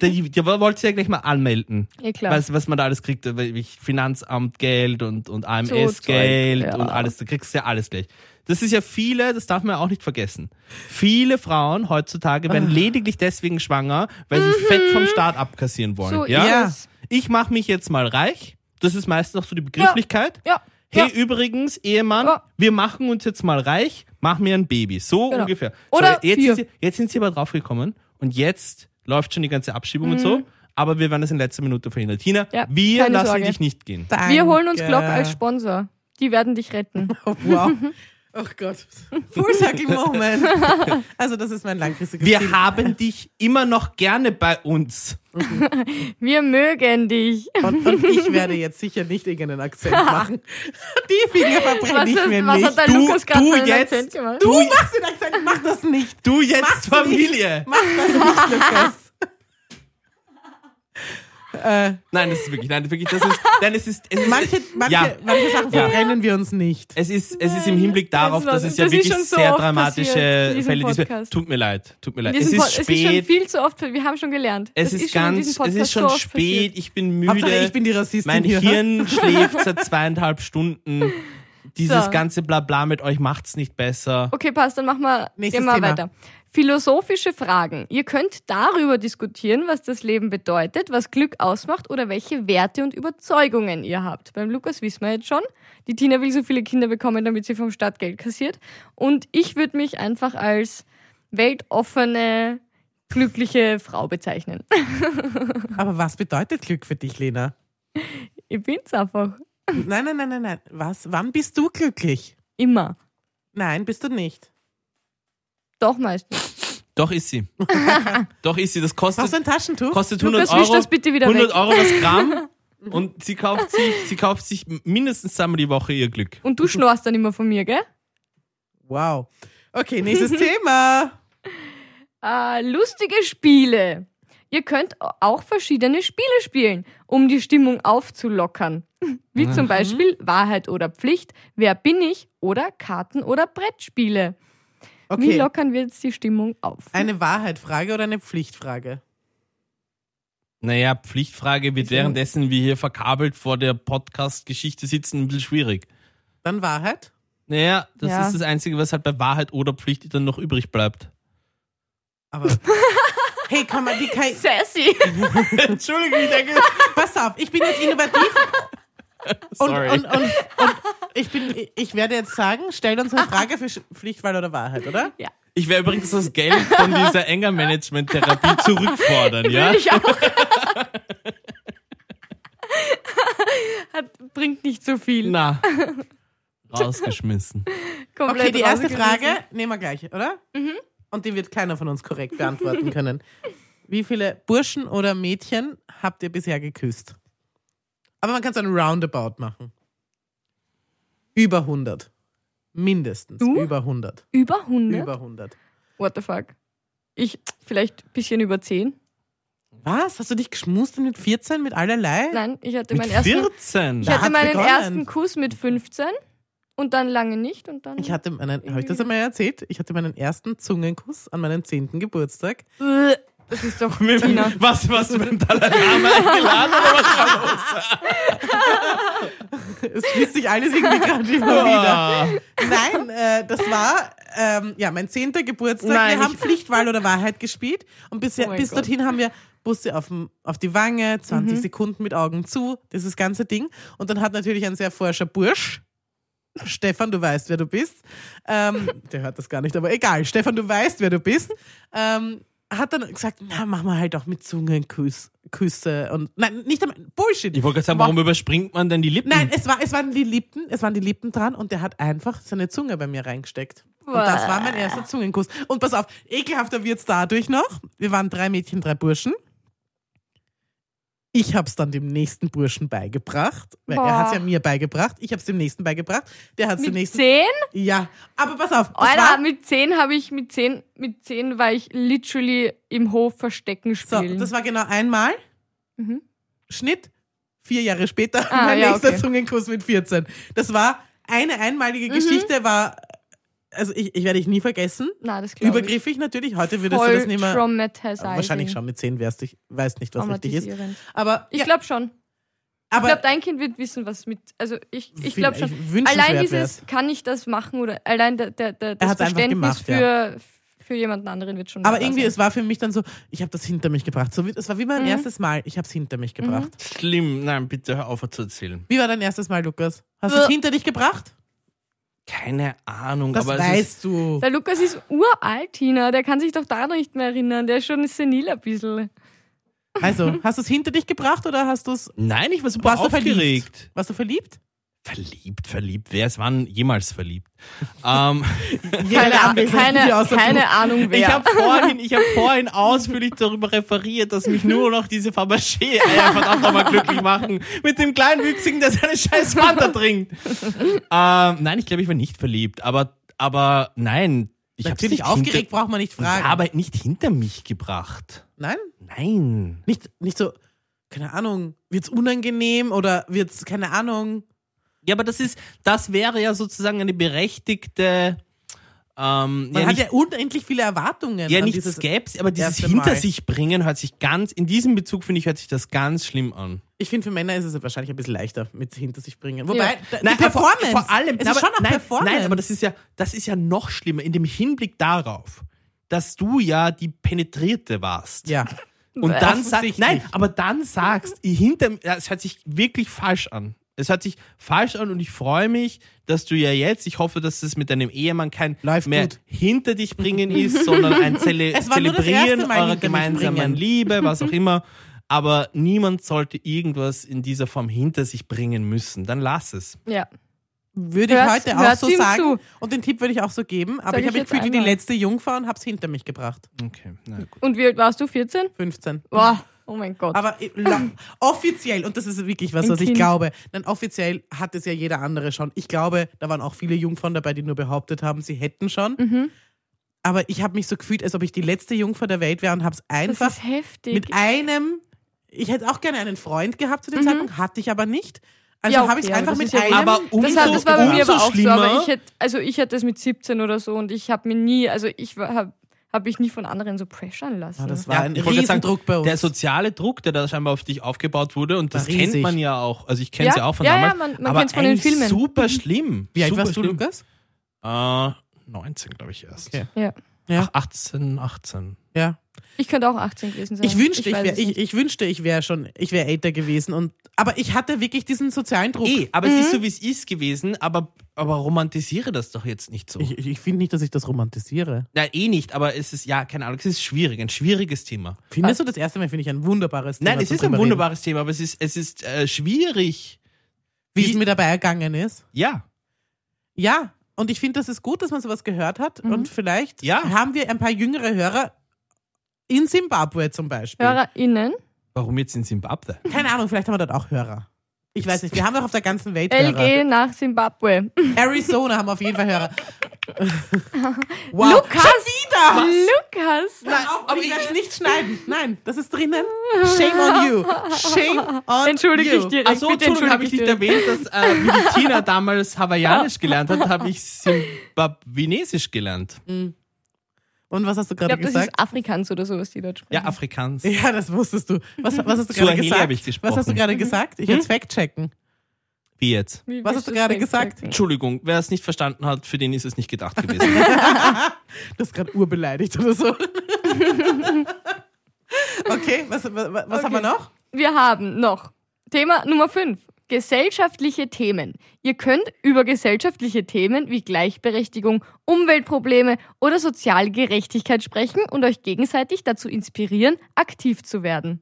Speaker 3: die, die wollte sie ja gleich mal anmelden.
Speaker 2: Eh klar.
Speaker 3: Weißt du, was man da alles kriegt? Weil ich- Finanzamt, Geld und, und
Speaker 2: So Zeug,
Speaker 3: AMS-Geld
Speaker 2: ja.
Speaker 3: und alles. Da kriegst du ja alles gleich. Das ist ja viele, das darf man ja auch nicht vergessen. Viele Frauen heutzutage
Speaker 2: Ah.
Speaker 3: werden lediglich deswegen schwanger, weil sie Fett vom Staat abkassieren wollen.
Speaker 2: Mhm. so
Speaker 3: ja?
Speaker 2: ist
Speaker 1: Ja.
Speaker 2: es.
Speaker 3: Ich mache mich jetzt mal reich. Das ist meistens auch so die Begrifflichkeit.
Speaker 2: Ja. ja.
Speaker 3: Hey, übrigens, Ehemann,
Speaker 2: Ja.
Speaker 3: wir machen uns jetzt mal reich, mach mir ein Baby. So
Speaker 2: Genau.
Speaker 3: ungefähr.
Speaker 2: Oder
Speaker 3: so, jetzt,
Speaker 2: vier.
Speaker 3: sind sie, jetzt sind sie aber draufgekommen und jetzt läuft schon die ganze Abschiebung und so. Aber wir werden das in letzter Minute verhindern. Tina,
Speaker 2: Mhm. Ja,
Speaker 3: wir
Speaker 2: keine
Speaker 3: lassen
Speaker 2: Sorge.
Speaker 3: dich nicht gehen.
Speaker 1: Danke.
Speaker 2: Wir holen uns Glock als Sponsor. Die werden dich retten.
Speaker 1: Oh, wow. Oh Gott. Full Circle Moment. Also, das ist mein langfristiges
Speaker 3: Wir
Speaker 1: Ziel.
Speaker 3: haben dich immer noch gerne bei uns.
Speaker 2: Wir mögen dich.
Speaker 1: Und, und ich werde jetzt sicher nicht irgendeinen Akzent machen. Die Finger
Speaker 2: Was,
Speaker 1: verbrenne ich
Speaker 2: ist,
Speaker 1: mir
Speaker 2: was hat
Speaker 1: nicht.
Speaker 2: der
Speaker 3: Du-
Speaker 2: Lukas gerade
Speaker 3: du
Speaker 2: für einen
Speaker 3: jetzt-
Speaker 2: Akzent gemacht?
Speaker 1: Du machst den Akzent, mach das nicht.
Speaker 3: Du jetzt Familie.
Speaker 1: Mach das nicht, Lukas. äh,
Speaker 3: Nein, das ist wirklich, nein, wirklich, das ist, nein, es ist, es ist,
Speaker 1: manche, manche,
Speaker 3: Ja.
Speaker 1: manche Sachen
Speaker 3: Ja.
Speaker 1: verbrennen wir uns nicht.
Speaker 3: es ist, es ist im Hinblick darauf,
Speaker 2: war-
Speaker 3: dass es ja
Speaker 2: das ist
Speaker 3: wirklich
Speaker 2: schon so
Speaker 3: sehr
Speaker 2: oft
Speaker 3: dramatische
Speaker 2: passiert in diesem
Speaker 3: Fälle gibt.
Speaker 2: Podcast.
Speaker 3: Tut mir leid, tut mir
Speaker 2: In
Speaker 3: leid. Es
Speaker 2: diesem
Speaker 3: ist
Speaker 2: Pod- es ist schon
Speaker 3: spät,
Speaker 2: viel zu oft, wir haben schon gelernt.
Speaker 3: Es
Speaker 2: Das
Speaker 3: ist
Speaker 2: schon in diesem
Speaker 3: ganz, es
Speaker 2: Podcast
Speaker 3: ist schon
Speaker 2: so oft
Speaker 3: spät, ich bin
Speaker 1: Hauptsache,
Speaker 3: müde.
Speaker 1: ich bin die Rassistin
Speaker 3: mein
Speaker 1: hier.
Speaker 3: Hirn schläft seit zweieinhalb Stunden. Dieses
Speaker 2: So.
Speaker 3: ganze Blabla mit euch macht's nicht besser.
Speaker 2: Okay, passt, dann machen wir
Speaker 1: Nächstes
Speaker 2: gehen wir
Speaker 1: Thema.
Speaker 2: weiter. Philosophische Fragen. Ihr könnt darüber diskutieren, was das Leben bedeutet, was Glück ausmacht oder welche Werte und Überzeugungen ihr habt. Beim Lukas wissen wir jetzt schon, die Tina will so viele Kinder bekommen, damit sie vom Staat Geld kassiert. Und ich würde mich einfach als weltoffene, glückliche Frau bezeichnen.
Speaker 1: Aber was bedeutet Glück für dich, Lena?
Speaker 2: Ich bin's einfach.
Speaker 1: Nein, nein, nein, nein, nein. Was? Wann bist du glücklich?
Speaker 2: Immer.
Speaker 1: Nein, bist du nicht.
Speaker 2: Doch meistens.
Speaker 3: Doch ist sie. Doch ist sie. Das
Speaker 1: Brauchst du
Speaker 3: kostet,
Speaker 1: ein Taschentuch?
Speaker 3: kostet 100
Speaker 2: Lukas, wisch
Speaker 3: Euro.
Speaker 2: das bitte wieder
Speaker 3: 100
Speaker 2: weg.
Speaker 3: Euro das Gramm. Und sie kauft sich, sie kauft sich mindestens einmal die Woche ihr Glück.
Speaker 2: Und
Speaker 1: Mhm.
Speaker 2: du schnorst dann immer von mir, gell?
Speaker 1: Wow. Okay, nächstes Thema.
Speaker 2: Äh, lustige Spiele. Ihr könnt auch verschiedene Spiele spielen, um die Stimmung aufzulockern. Wie
Speaker 1: Mhm.
Speaker 2: zum Beispiel Wahrheit oder Pflicht, Wer bin ich oder Karten oder Brettspiele. Wie
Speaker 1: Okay.
Speaker 2: lockern wir jetzt die Stimmung auf?
Speaker 1: Eine Wahrheitfrage oder eine Pflichtfrage?
Speaker 3: Naja, Pflichtfrage wird währenddessen wir hier verkabelt vor der Podcast-Geschichte sitzen ein bisschen schwierig.
Speaker 1: Dann Wahrheit?
Speaker 3: Naja, das
Speaker 2: Ja.
Speaker 3: ist das Einzige, was halt bei Wahrheit oder Pflicht dann noch übrig bleibt.
Speaker 1: Aber. Hey, komm mal, die KI.
Speaker 2: Sassy.
Speaker 3: Entschuldigung, ich denke.
Speaker 1: Pass auf, ich bin jetzt innovativ und,
Speaker 3: Sorry.
Speaker 1: und, und, und ich, bin, ich werde jetzt sagen, stell uns eine Frage für Sch- Pflichtwahl oder Wahrheit, oder?
Speaker 3: ich werde übrigens das Geld von dieser Engermanagement-Therapie zurückfordern, ja?
Speaker 2: Würde ich auch. Hat, bringt nicht so viel.
Speaker 3: Na. Rausgeschmissen.
Speaker 1: Okay,
Speaker 2: Komplett
Speaker 1: die erste
Speaker 2: rausgerissen. Mhm.
Speaker 1: Frage nehmen wir gleich, oder? Und die wird keiner von uns korrekt beantworten können. Wie viele Burschen oder Mädchen habt ihr bisher geküsst? Aber man kann so einen Roundabout machen. Über 100. Mindestens.
Speaker 2: Du? Ne?
Speaker 1: Über 100.
Speaker 2: Über 100?
Speaker 1: Über 100.
Speaker 2: What the fuck? Ich vielleicht ein bisschen über 10.
Speaker 1: Was? Hast du dich geschmust mit 14 mit allerlei?
Speaker 2: Nein, ich hatte
Speaker 3: Mit
Speaker 2: meinen ersten
Speaker 3: 14.
Speaker 2: Ich
Speaker 1: Da
Speaker 2: hatte
Speaker 1: hat's
Speaker 2: meinen
Speaker 1: begonnen.
Speaker 2: ersten Kuss mit 15 und dann lange nicht und dann.
Speaker 1: Ich hatte meinen, habe ich das einmal erzählt? Ich hatte meinen ersten Zungenkuss an meinem 10. Geburtstag.
Speaker 2: Äh, das ist doch Tina.
Speaker 3: Was, was du beim Dalai Lama eingeladen oder was war los?
Speaker 1: Es schließt sich alles irgendwie gerade immer wieder. Nein, äh, das war ähm, ja mein 10. Geburtstag.
Speaker 3: Nein,
Speaker 1: wir haben
Speaker 3: ich-
Speaker 1: Pflichtwahl oder Wahrheit gespielt. Und bis,
Speaker 2: Oh mein
Speaker 1: bis
Speaker 2: Gott. Mhm.
Speaker 1: dorthin haben wir Busse auf, dem- auf die Wange, 20 Sekunden mit Augen zu, dieses ganze Ding. Und dann hat natürlich ein sehr forscher Bursch. Stefan, du weißt, wer du bist. Ähm, der hört das gar nicht, aber egal. Stefan, du weißt, wer du bist. Ähm, hat dann gesagt, na, mach mal halt auch mit Zungenküsse Küsse und nein, nicht einmal Bullshit.
Speaker 3: Ich wollte gerade sagen, warum überspringt man denn die Lippen?
Speaker 1: Nein, es, war, es waren die Lippen, es waren die Lippen dran und der hat einfach seine Zunge bei mir reingesteckt. Und das war mein erster Zungenkuss. Und pass auf, ekelhafter wird's dadurch noch. Wir waren drei Mädchen, drei Burschen. Ich hab's dann dem nächsten Burschen beigebracht, weil
Speaker 2: Boah.
Speaker 1: er hat's ja mir beigebracht. Ich hab's dem nächsten beigebracht. Der hat's dem
Speaker 2: Mit
Speaker 1: nächsten.
Speaker 2: 10?
Speaker 1: Ja, aber pass auf. das
Speaker 2: Alter,
Speaker 1: war,
Speaker 2: mit 10 habe ich, mit 10, mit 10 war ich literally im Hof Verstecken
Speaker 1: so,
Speaker 2: spielen.
Speaker 1: das war genau einmal.
Speaker 2: mhm.
Speaker 1: Schnitt, vier Jahre später,
Speaker 2: Ah,
Speaker 1: mein
Speaker 2: ja,
Speaker 1: nächster
Speaker 2: okay. Mhm.
Speaker 1: Zungenkuss mit 14. Das war eine einmalige Geschichte, war, also ich, ich werde ich nie vergessen.
Speaker 2: Na, das glaube ich.
Speaker 1: Übergriffig natürlich, heute würdest
Speaker 2: Voll
Speaker 1: du das nicht mehr,
Speaker 2: traumatizing.
Speaker 1: wahrscheinlich schon mit 10 wärst du, weißt nicht, was richtig ist.
Speaker 2: Traumatisierend.
Speaker 1: Aber,
Speaker 2: Ich
Speaker 1: ja,
Speaker 2: glaube schon. ich
Speaker 1: aber
Speaker 2: glaube, dein Kind wird wissen, was mit. Also ich, ich glaube schon.
Speaker 1: vielleicht wünschenswert
Speaker 2: Allein dieses,
Speaker 1: wär's.
Speaker 2: kann ich das machen oder allein der, der, der, das
Speaker 1: hat's einfach
Speaker 2: Verständnis
Speaker 1: gemacht, ja.
Speaker 2: für, für jemanden anderen wird schon.
Speaker 1: Aber
Speaker 2: da
Speaker 1: irgendwie,
Speaker 2: sein.
Speaker 1: es war für mich dann so, ich habe das hinter mich gebracht. So, wie- es war wie
Speaker 2: Mhm.
Speaker 1: mein erstes Mal, ich habe es hinter mich gebracht.
Speaker 3: Schlimm. Nein, bitte hör auf zu erzählen.
Speaker 1: Wie war dein erstes Mal, Lukas? Hast du es
Speaker 2: Äh.
Speaker 1: hinter dich gebracht?
Speaker 3: Keine Ahnung,
Speaker 1: Das
Speaker 3: aber es ist,
Speaker 1: weißt du.
Speaker 2: Der Lukas ist uralt, Tina. Der kann sich doch da noch nicht mehr erinnern. Der ist schon senil ein bisschen.
Speaker 1: Also, hast du es hinter dich gebracht oder hast du es,
Speaker 3: Nein, ich war super
Speaker 1: warst du verliebt?
Speaker 3: aufgeregt.
Speaker 1: Warst du verliebt?
Speaker 3: Verliebt, verliebt. Wer ist wann jemals verliebt? ähm,
Speaker 2: Keine, Ah-
Speaker 1: Anwesenden, die
Speaker 2: keine,
Speaker 1: außer
Speaker 2: keine Ahnung
Speaker 3: ich
Speaker 2: wer.
Speaker 3: habe vorhin, ich hab vorhin ausführlich darüber referiert, dass mich nur noch diese Fabergé-Eier verdammt nochmal glücklich machen. Mit dem kleinen Wüchsigen, der seine scheiß Fanta trinkt. ähm, nein, ich glaube, ich war nicht verliebt. Aber, aber nein, ich habe
Speaker 1: Natürlich aufgeregt braucht man nicht
Speaker 3: Hinter, ich
Speaker 1: fragen.
Speaker 3: habe nicht hinter mich gebracht.
Speaker 1: Nein?
Speaker 3: Nein.
Speaker 1: Nicht, nicht so, keine Ahnung, wird's unangenehm oder wird's, keine Ahnung.
Speaker 3: Ja, aber das ist, das wäre ja sozusagen eine berechtigte, ähm,
Speaker 1: Man
Speaker 3: ja,
Speaker 1: hat
Speaker 3: nicht,
Speaker 1: ja unendlich viele Erwartungen.
Speaker 3: ja
Speaker 1: an
Speaker 3: nicht
Speaker 1: dieses,
Speaker 3: Skepsis, aber dieses
Speaker 1: erste
Speaker 3: hinter
Speaker 1: Mal.
Speaker 3: sich bringen hört sich ganz, in diesem Bezug finde ich, hört sich das ganz schlimm an.
Speaker 1: ich finde, für Männer ist es wahrscheinlich ein bisschen leichter mit hinter sich bringen. Wobei,
Speaker 2: Ja.
Speaker 1: da- die
Speaker 3: Nein, aber
Speaker 1: Performance.
Speaker 3: Vor, vor allem,
Speaker 1: es
Speaker 3: aber,
Speaker 1: ist schon eine
Speaker 3: nein,
Speaker 1: Performance.
Speaker 3: Nein, aber das ist ja, das ist ja noch schlimmer in dem Hinblick darauf, dass du ja die Penetrierte warst.
Speaker 1: ja. Äh,
Speaker 3: Und dann sagst
Speaker 1: Offensichtlich.
Speaker 3: nein, aber dann sagst ich hinter ja, es hört sich wirklich falsch an. Es hört sich falsch an und ich freue mich, dass du ja jetzt, ich hoffe, dass es mit deinem Ehemann kein
Speaker 1: Läuft
Speaker 3: mehr
Speaker 1: gut.
Speaker 3: hinter dich bringen ist, sondern ein Zele
Speaker 1: Es war nur das erste
Speaker 3: Zelebrieren
Speaker 1: Mal
Speaker 3: eurer
Speaker 1: hinter mich
Speaker 3: gemeinsamen
Speaker 1: bringen.
Speaker 3: Liebe, was auch immer. Aber niemand sollte irgendwas in dieser Form hinter sich bringen müssen. Dann lass es.
Speaker 2: Ja.
Speaker 1: Würde ich
Speaker 2: Hört-
Speaker 1: heute auch
Speaker 2: hört
Speaker 1: so
Speaker 2: ihm
Speaker 1: sagen.
Speaker 2: zu.
Speaker 1: Und den Tipp würde ich auch so geben. Aber
Speaker 2: Sag
Speaker 1: ich habe
Speaker 2: ich
Speaker 1: das Gefühl,
Speaker 2: jetzt
Speaker 1: wie die
Speaker 2: einmal.
Speaker 1: letzte Jungfrau und habe es hinter mich gebracht.
Speaker 3: Okay, na gut.
Speaker 2: Und wie alt warst du? 14?
Speaker 1: 15.
Speaker 2: Boah, oh mein Gott.
Speaker 1: Aber i- la- offiziell, und das ist wirklich was,
Speaker 2: Ein
Speaker 1: was ich
Speaker 2: Kind.
Speaker 1: glaube, denn offiziell hat es ja jeder andere schon. Ich glaube, da waren auch viele Jungfrauen dabei, die nur behauptet haben, sie hätten schon.
Speaker 2: mhm.
Speaker 1: Aber ich habe mich so gefühlt, als ob ich die letzte Jungfrau der Welt wäre und habe es
Speaker 2: Das
Speaker 1: einfach
Speaker 2: ist heftig.
Speaker 1: mit einem. Ich hätte auch gerne einen Freund gehabt zu dem Zeitpunkt, hatte ich aber nicht. Also
Speaker 2: Mhm. Ja, okay,
Speaker 1: habe ich es
Speaker 2: aber
Speaker 1: einfach
Speaker 2: das
Speaker 1: mit
Speaker 2: ist ja
Speaker 1: einem.
Speaker 3: Aber umso,
Speaker 2: Das, hat, das war bei mir
Speaker 3: umso
Speaker 2: aber auch so,
Speaker 3: schlimmer.
Speaker 2: aber ich hätte, also ich hatte das mit 17 oder so und ich habe mir nie, also ich habe hab mich nie von anderen so pressuren lassen.
Speaker 1: ja, das war
Speaker 3: Ja,
Speaker 1: ein
Speaker 3: ich wollte gerade sagen,
Speaker 1: Riesendruck bei uns.
Speaker 3: der soziale Druck, der da scheinbar auf dich aufgebaut wurde, und
Speaker 1: War
Speaker 3: das
Speaker 1: riesig.
Speaker 3: kennt man ja auch. Also ich kenne sie
Speaker 2: Ja,
Speaker 3: auch von
Speaker 2: ja, ja,
Speaker 3: damals.
Speaker 2: man- man
Speaker 3: aber
Speaker 2: kennt's von den
Speaker 3: eigentlich
Speaker 2: Filmen.
Speaker 3: Super schlimm.
Speaker 1: Wie alt
Speaker 3: super
Speaker 1: warst du,
Speaker 3: schlimm.
Speaker 1: Lukas?
Speaker 3: Äh, 19, glaube ich, erst.
Speaker 1: Okay.
Speaker 2: ja.
Speaker 1: Ja.
Speaker 3: Ach, 18, 18.
Speaker 1: Ja.
Speaker 2: Ich könnte auch 18 gewesen sein.
Speaker 1: Ich wünschte, ich,
Speaker 2: weiß
Speaker 1: wär,
Speaker 2: es
Speaker 1: ich,
Speaker 2: nicht.
Speaker 1: ich wünschte, ich wäre schon, ich wäre älter gewesen. Und, aber ich hatte wirklich diesen sozialen Druck.
Speaker 3: Eh, aber es ist
Speaker 2: Mhm.
Speaker 3: so, wie es ist gewesen, aber, aber romantisiere das doch jetzt nicht so.
Speaker 1: Ich, ich, ich finde nicht, dass ich das romantisiere.
Speaker 3: Nein, eh nicht, aber es ist, ja, keine Ahnung, es ist schwierig, ein schwieriges Thema.
Speaker 1: Findest du das erste Mal, finde ich, ein wunderbares Thema.
Speaker 3: Nein, es
Speaker 1: zum
Speaker 3: ist ein
Speaker 1: drüber
Speaker 3: wunderbares Thema, aber es ist, es ist äh, schwierig.
Speaker 1: Reden, wie es mir dabei ergangen ist.
Speaker 3: Ja.
Speaker 1: Ja, und ich finde, das ist gut, dass man sowas gehört hat.
Speaker 2: Mhm.
Speaker 1: Und vielleicht
Speaker 3: Ja.
Speaker 1: haben wir ein paar jüngere Hörer in Simbabwe zum Beispiel.
Speaker 2: HörerInnen,
Speaker 3: Warum jetzt in Simbabwe?
Speaker 1: Keine Ahnung, vielleicht haben wir dort auch Hörer. Ich weiß nicht, wir haben doch auf der ganzen Welt Hörer.
Speaker 2: LG nach Simbabwe.
Speaker 1: Arizona haben wir auf jeden Fall Hörer. wow.
Speaker 2: Lukas!
Speaker 1: Schon wieder!
Speaker 2: Lukas!
Speaker 1: Nein, aber ich werde es nicht schneiden. Nein, das ist drinnen. Shame on you. Shame on
Speaker 2: Entschuldige
Speaker 1: you.
Speaker 2: ich direkt.
Speaker 3: Achso,
Speaker 2: bitte
Speaker 3: Entschuldigung, habe ich
Speaker 2: entschuldige
Speaker 3: nicht
Speaker 2: ich
Speaker 3: erwähnt, dass äh, Militina damals Hawaiianisch gelernt hat, habe ich Simbabwinesisch gelernt.
Speaker 1: Und was hast du
Speaker 2: Ich
Speaker 1: gerade
Speaker 2: glaube, das
Speaker 1: gesagt?
Speaker 2: ist Afrikaans oder so, was die dort sprechen.
Speaker 3: Ja, Afrikaans.
Speaker 1: Ja, das wusstest du. Was, was hast du
Speaker 3: Suaheli
Speaker 1: gerade gesagt?
Speaker 3: habe ich gesprochen.
Speaker 1: Was hast du
Speaker 2: Mhm.
Speaker 1: gerade gesagt? Ich jetzt fact-checken.
Speaker 3: Wie jetzt?
Speaker 2: Wie
Speaker 1: Was
Speaker 2: willst
Speaker 1: hast du
Speaker 2: du's
Speaker 1: gerade
Speaker 2: denn
Speaker 1: gesagt?
Speaker 2: sagen?
Speaker 3: Entschuldigung, wer es nicht verstanden hat, für den ist es nicht gedacht gewesen.
Speaker 1: Du hast gerade urbeleidigt oder so. okay, was, was, was haben wir noch?
Speaker 2: Wir haben noch Thema Nummer 5. Gesellschaftliche Themen. Ihr könnt über gesellschaftliche Themen wie Gleichberechtigung, Umweltprobleme oder soziale Gerechtigkeit sprechen und euch gegenseitig dazu inspirieren, aktiv zu werden.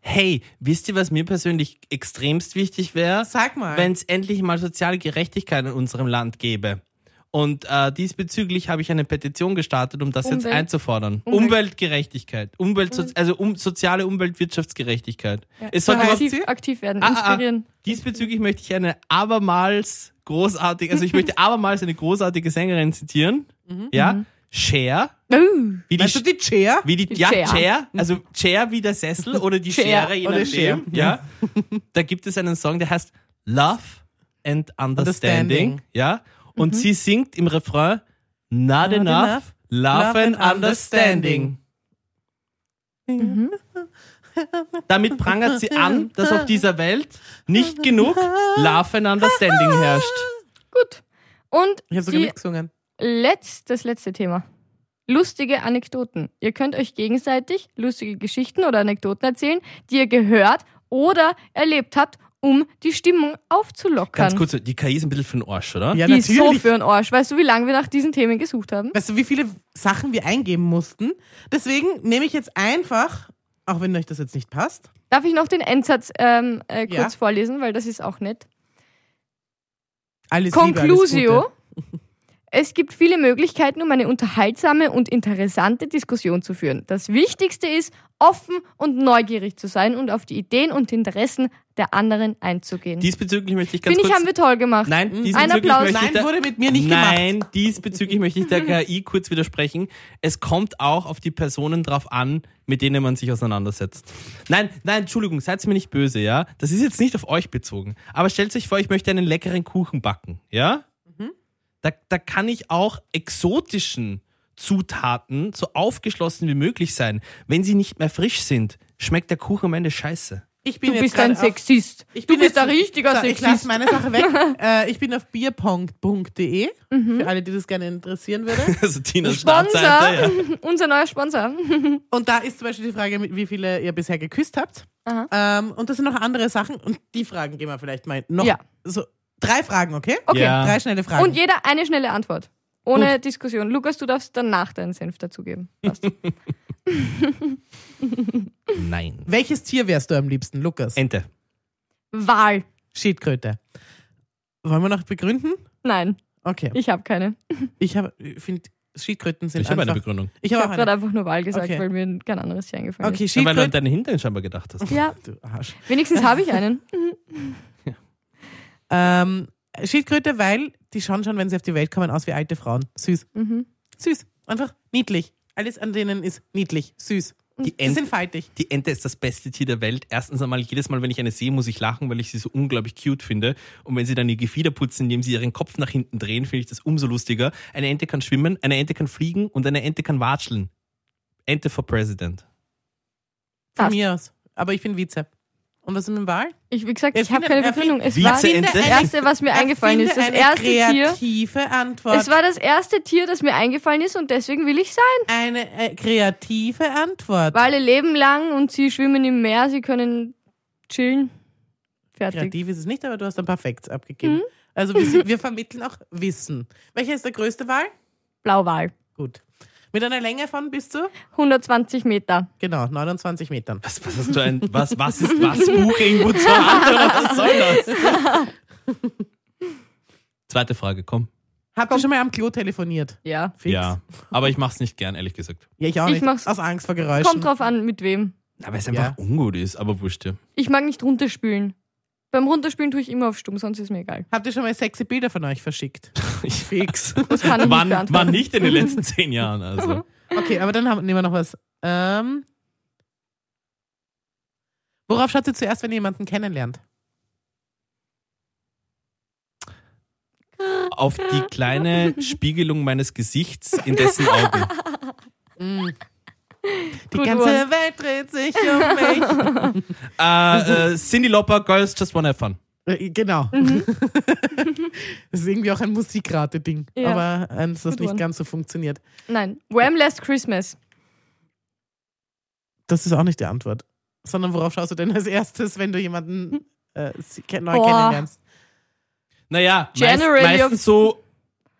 Speaker 3: hey, wisst ihr, was mir persönlich extremst wichtig wäre?
Speaker 1: Sag mal.
Speaker 3: Wenn es endlich mal soziale Gerechtigkeit in unserem Land gäbe. Und äh, diesbezüglich habe ich eine Petition gestartet, um das jetzt
Speaker 2: Umwelt-
Speaker 3: einzufordern.
Speaker 2: Umwelt- Mhm.
Speaker 3: Umweltgerechtigkeit, Umwelt, also um, soziale Umweltwirtschaftsgerechtigkeit. Es sollte was
Speaker 2: aktiv, aktiv werden,
Speaker 3: Ah, ah,
Speaker 2: inspirieren.
Speaker 3: Diesbezüglich möchte ich eine abermals großartige, also ich möchte abermals eine großartige Sängerin zitieren. Ja, Cher,
Speaker 2: Uh,
Speaker 3: wie die,
Speaker 1: Meinst du die Chair?
Speaker 3: wie die,
Speaker 2: Die
Speaker 3: ja,
Speaker 2: Cher.
Speaker 3: Cher, also Cher wie der Sessel oder die
Speaker 2: Cher
Speaker 3: Schere, je
Speaker 1: oder
Speaker 3: nachdem.
Speaker 1: Cher,
Speaker 3: Ja, da gibt es einen Song, der heißt Love and Understanding.
Speaker 1: Understanding.
Speaker 3: Ja, und sie singt im Refrain Not, enough,
Speaker 1: enough,
Speaker 3: Love and
Speaker 1: and
Speaker 3: Understanding. Damit prangert sie an, dass auf dieser Welt nicht genug Love and Understanding herrscht.
Speaker 2: gut. Und
Speaker 1: Ich habe sogar
Speaker 2: die
Speaker 1: mitgesungen.
Speaker 2: letzt, das letzte Thema. Lustige Anekdoten. Ihr könnt euch gegenseitig lustige Geschichten oder Anekdoten erzählen, die ihr gehört oder erlebt habt, um die Stimmung aufzulockern.
Speaker 3: Ganz kurz, die KI ist ein bisschen für den Arsch, oder?
Speaker 1: Ja,
Speaker 2: die ist so
Speaker 1: natürlich.
Speaker 2: für einen Arsch. Weißt du, wie lange wir nach diesen Themen gesucht haben?
Speaker 1: Weißt du, wie viele Sachen wir eingeben mussten? Deswegen nehme ich jetzt einfach, auch wenn euch das jetzt nicht passt,
Speaker 2: Darf ich noch den Endsatz ähm, äh,
Speaker 1: Ja.
Speaker 2: kurz vorlesen, weil das ist auch nett.
Speaker 1: alles Liebe, alles
Speaker 2: Conclusio.
Speaker 1: Gute.
Speaker 2: Es gibt viele Möglichkeiten, um eine unterhaltsame und interessante Diskussion zu führen. Das Wichtigste ist, offen und neugierig zu sein und auf die Ideen und Interessen der anderen einzugehen.
Speaker 3: Diesbezüglich möchte ich ganz
Speaker 2: Finde ich,
Speaker 3: kurz.
Speaker 2: haben wir toll gemacht.
Speaker 3: nein,
Speaker 1: Mhm. Ein
Speaker 3: diesbezüglich
Speaker 2: Applaus.
Speaker 3: möchte ich
Speaker 1: Nein,
Speaker 3: da,
Speaker 1: wurde mit mir nicht gemacht.
Speaker 3: Nein, diesbezüglich möchte ich der KI kurz widersprechen. Es kommt auch auf die Personen drauf an, mit denen man sich auseinandersetzt. Nein, nein, Entschuldigung, seid mir nicht böse, ja? Das ist jetzt nicht auf euch bezogen. Aber stellt euch vor, ich möchte einen leckeren Kuchen backen, ja?
Speaker 1: Mhm.
Speaker 3: Da, da kann ich auch exotischen Zutaten so aufgeschlossen wie möglich sein. Wenn sie nicht mehr frisch sind, schmeckt der Kuchen am Ende scheiße.
Speaker 1: Ich bin
Speaker 2: Du
Speaker 1: jetzt
Speaker 2: bist ein
Speaker 1: gerade auf-
Speaker 2: Sexist.
Speaker 1: Ich
Speaker 2: Du
Speaker 1: bin
Speaker 2: bist
Speaker 1: jetzt-
Speaker 2: ein richtiger
Speaker 1: So, ich lasse
Speaker 2: Sexist.
Speaker 1: meine Sache weg. äh, ich bin auf bierpong.de.
Speaker 2: Mhm.
Speaker 1: Für alle, die das gerne interessieren würde.
Speaker 3: Also Tinas
Speaker 2: Sponsor,
Speaker 3: Startseite, ja.
Speaker 2: unser neuer Sponsor.
Speaker 1: Und da ist zum Beispiel die Frage, mit wie viele ihr bisher geküsst habt.
Speaker 2: Aha.
Speaker 1: Ähm, und das sind noch andere Sachen. Und die Fragen gehen wir vielleicht mal noch.
Speaker 2: Ja.
Speaker 1: So, drei Fragen, okay?
Speaker 2: Okay.
Speaker 3: Ja.
Speaker 1: Drei schnelle Fragen.
Speaker 2: Und jeder eine schnelle Antwort. Ohne Diskussion. Lukas, du darfst danach deinen Senf dazugeben. Passt.
Speaker 3: Nein.
Speaker 1: Welches Tier wärst du am liebsten, Lukas?
Speaker 3: Ente.
Speaker 2: Wahl.
Speaker 1: Schildkröte. Wollen wir noch begründen?
Speaker 2: Nein,
Speaker 1: Okay.
Speaker 2: ich habe keine.
Speaker 1: Ich habe, finde, Schildkröten sind
Speaker 3: Ich habe eine
Speaker 1: einfach.
Speaker 3: Begründung.
Speaker 1: ich
Speaker 2: Ich
Speaker 1: habe
Speaker 2: habe
Speaker 1: auch
Speaker 2: gerade
Speaker 1: eine.
Speaker 2: einfach nur Wahl gesagt,
Speaker 1: Okay.
Speaker 2: weil mir kein anderes hier eingefallen
Speaker 1: Okay,
Speaker 3: Ja, weil du an
Speaker 1: Schildkröten.
Speaker 3: deinen Hintern scheinbar gedacht hast.
Speaker 2: ist. Ja,
Speaker 1: Du Arsch.
Speaker 2: wenigstens habe ich einen.
Speaker 1: Ähm, Schildkröte, weil die schauen schon, wenn sie auf die Welt kommen, aus wie alte Frauen. Süß.
Speaker 2: Mhm.
Speaker 1: Süß. Einfach niedlich. Alles an denen ist niedlich. Süß.
Speaker 3: Die
Speaker 1: Sie
Speaker 3: Ente,
Speaker 1: sind faltig.
Speaker 3: die Ente ist das beste Tier der Welt. Erstens einmal, jedes Mal, wenn ich eine sehe, muss ich lachen, weil ich sie so unglaublich cute finde. Und wenn sie dann ihr Gefieder putzen, indem sie ihren Kopf nach hinten drehen, finde ich das umso lustiger. Eine Ente kann schwimmen, eine Ente kann fliegen und eine Ente kann watscheln. Ente for President.
Speaker 1: Von
Speaker 2: Passt.
Speaker 1: mir aus. Aber ich bin Vize. Und was ist mit dem Wahl?
Speaker 2: Ich, wie gesagt, ich
Speaker 1: Erfinde-
Speaker 2: habe keine
Speaker 1: erfinde-
Speaker 2: Begründung. Es
Speaker 3: Wie
Speaker 2: war das
Speaker 3: zäh-
Speaker 1: Erfinde eine-
Speaker 2: erste, was mir eingefallen ist.
Speaker 1: erfinde
Speaker 2: Das
Speaker 1: eine
Speaker 2: erste Tier.
Speaker 1: kreative Antwort.
Speaker 2: Es war das erste Tier, das mir eingefallen ist und deswegen will ich sein.
Speaker 1: eine äh, kreative Antwort.
Speaker 2: Wale leben lang und sie schwimmen im Meer, sie können chillen. Fertig.
Speaker 1: Kreativ ist es nicht, aber du hast ein paar Facts abgegeben.
Speaker 2: Mhm.
Speaker 1: Also wir, sind- wir vermitteln auch Wissen. Welcher ist der größte Wahl?
Speaker 2: Blauwal.
Speaker 1: Gut. Mit einer Länge von bis zu?
Speaker 2: 120 Meter.
Speaker 1: Genau, 29 Metern.
Speaker 3: Was, was hast du ein, was, was ist was? Buch irgendwo zur Hand oder was soll das? Zweite Frage, komm.
Speaker 1: Habt ihr schon mal am Klo telefoniert?
Speaker 2: Ja.
Speaker 1: Fix.
Speaker 3: Ja, aber ich mach's nicht gern, ehrlich gesagt.
Speaker 1: Ja, ich auch
Speaker 2: Ich
Speaker 1: nicht.
Speaker 2: mach's-
Speaker 1: Aus Angst vor Geräuschen.
Speaker 2: Kommt drauf an, mit wem.
Speaker 3: Aber es einfach
Speaker 1: Ja.
Speaker 3: ungut ist, aber wurscht. ja.
Speaker 2: Ich mag nicht runterspülen. Beim Runterspülen tue ich immer auf stumm, sonst ist mir egal.
Speaker 1: Habt ihr schon mal sexy Bilder von euch verschickt?
Speaker 3: Ich
Speaker 1: Fix.
Speaker 2: Das kann ich
Speaker 3: Wann,
Speaker 2: nicht beantworten.
Speaker 3: wann nicht in den letzten zehn Jahren? Also.
Speaker 1: Okay, aber dann haben, nehmen wir noch was. Ähm, worauf schaut ihr zuerst, wenn ihr jemanden kennenlernt?
Speaker 3: Auf die kleine Spiegelung meines Gesichts in dessen Augen.
Speaker 2: Mm.
Speaker 1: Die
Speaker 2: Gut,
Speaker 1: ganze
Speaker 2: Uhren.
Speaker 1: Welt dreht sich um mich.
Speaker 3: Äh, äh, Cindy Lauper, Girls Just Wanna Have Fun.
Speaker 1: Äh, Genau.
Speaker 2: Mhm.
Speaker 1: das ist irgendwie auch ein Musikrate-Ding.
Speaker 2: Ja.
Speaker 1: Aber eins, das
Speaker 2: Good
Speaker 1: nicht
Speaker 2: one.
Speaker 1: ganz so funktioniert.
Speaker 2: Nein. Wham Last Christmas.
Speaker 1: Das ist auch nicht die Antwort. Sondern worauf schaust du denn als erstes, wenn du jemanden äh, sie- ke- neu
Speaker 2: Boah.
Speaker 1: kennenlernst?
Speaker 3: Naja, meist,
Speaker 2: Generally
Speaker 3: meistens so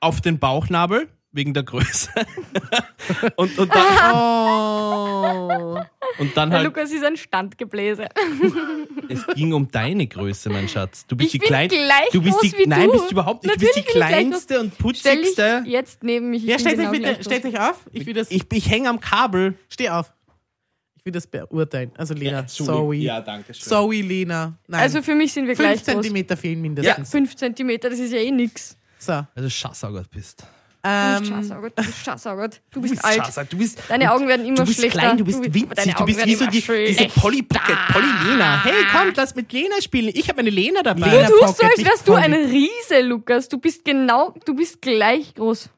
Speaker 3: auf den Bauchnabel, wegen der Größe. und, und, dann,
Speaker 1: Oh.
Speaker 3: und dann
Speaker 2: Der
Speaker 3: halt,
Speaker 2: Lukas ist ein Standgebläse.
Speaker 3: es ging um deine Größe, mein Schatz. Du bist
Speaker 2: Ich
Speaker 3: die
Speaker 2: bin
Speaker 3: klein,
Speaker 2: gleich
Speaker 3: du bist
Speaker 2: groß
Speaker 3: die,
Speaker 2: wie
Speaker 3: Nein,
Speaker 2: du.
Speaker 3: bist du überhaupt nicht. Du bist die
Speaker 2: Natürlich bin ich gleich
Speaker 3: kleinste und
Speaker 2: Stell dich
Speaker 3: putzigste.
Speaker 2: jetzt neben mich. Ich
Speaker 1: Ja,
Speaker 2: bin
Speaker 1: stellt euch
Speaker 2: genau
Speaker 1: bitte,
Speaker 2: gleich
Speaker 1: stellt
Speaker 2: groß.
Speaker 1: euch auf. Ich will das,
Speaker 3: Ich, ich hänge am Kabel.
Speaker 1: steh auf. Ich will das beurteilen. Also Lena,
Speaker 3: Entschuldigung.
Speaker 1: sorry.
Speaker 3: Ja, danke schön.
Speaker 1: Sorry, Lena. Nein.
Speaker 2: Also für mich sind wir
Speaker 1: fünf
Speaker 2: gleich
Speaker 1: Zentimeter fehlen mindestens.
Speaker 2: groß. 5 Zentimeter, das ist ja eh nix.
Speaker 1: So.
Speaker 3: Weil du Schassauger bist.
Speaker 2: Du bist
Speaker 1: Ähm,
Speaker 2: Schassauer, du bist Schassauer, du
Speaker 3: Du
Speaker 2: bist
Speaker 3: bist
Speaker 2: alt.
Speaker 3: Schassauer, du bist...
Speaker 2: Deine Augen werden immer
Speaker 3: Du bist
Speaker 2: schlechter.
Speaker 3: klein, du bist winzig,
Speaker 2: deine
Speaker 3: du
Speaker 2: Augen
Speaker 3: bist
Speaker 2: werden
Speaker 3: wie so
Speaker 2: immer
Speaker 3: die, diese
Speaker 2: schlechter.
Speaker 3: Polly Pocket, Polly Lena. Hey, komm, lass mit Lena spielen. Ich habe eine Lena dabei.
Speaker 1: Lena-
Speaker 2: Du tust so,
Speaker 1: Pocket,
Speaker 2: als
Speaker 1: nicht
Speaker 2: wärst du
Speaker 1: Polly.
Speaker 2: ein Riese, Lukas. Du bist genau, du bist gleich groß.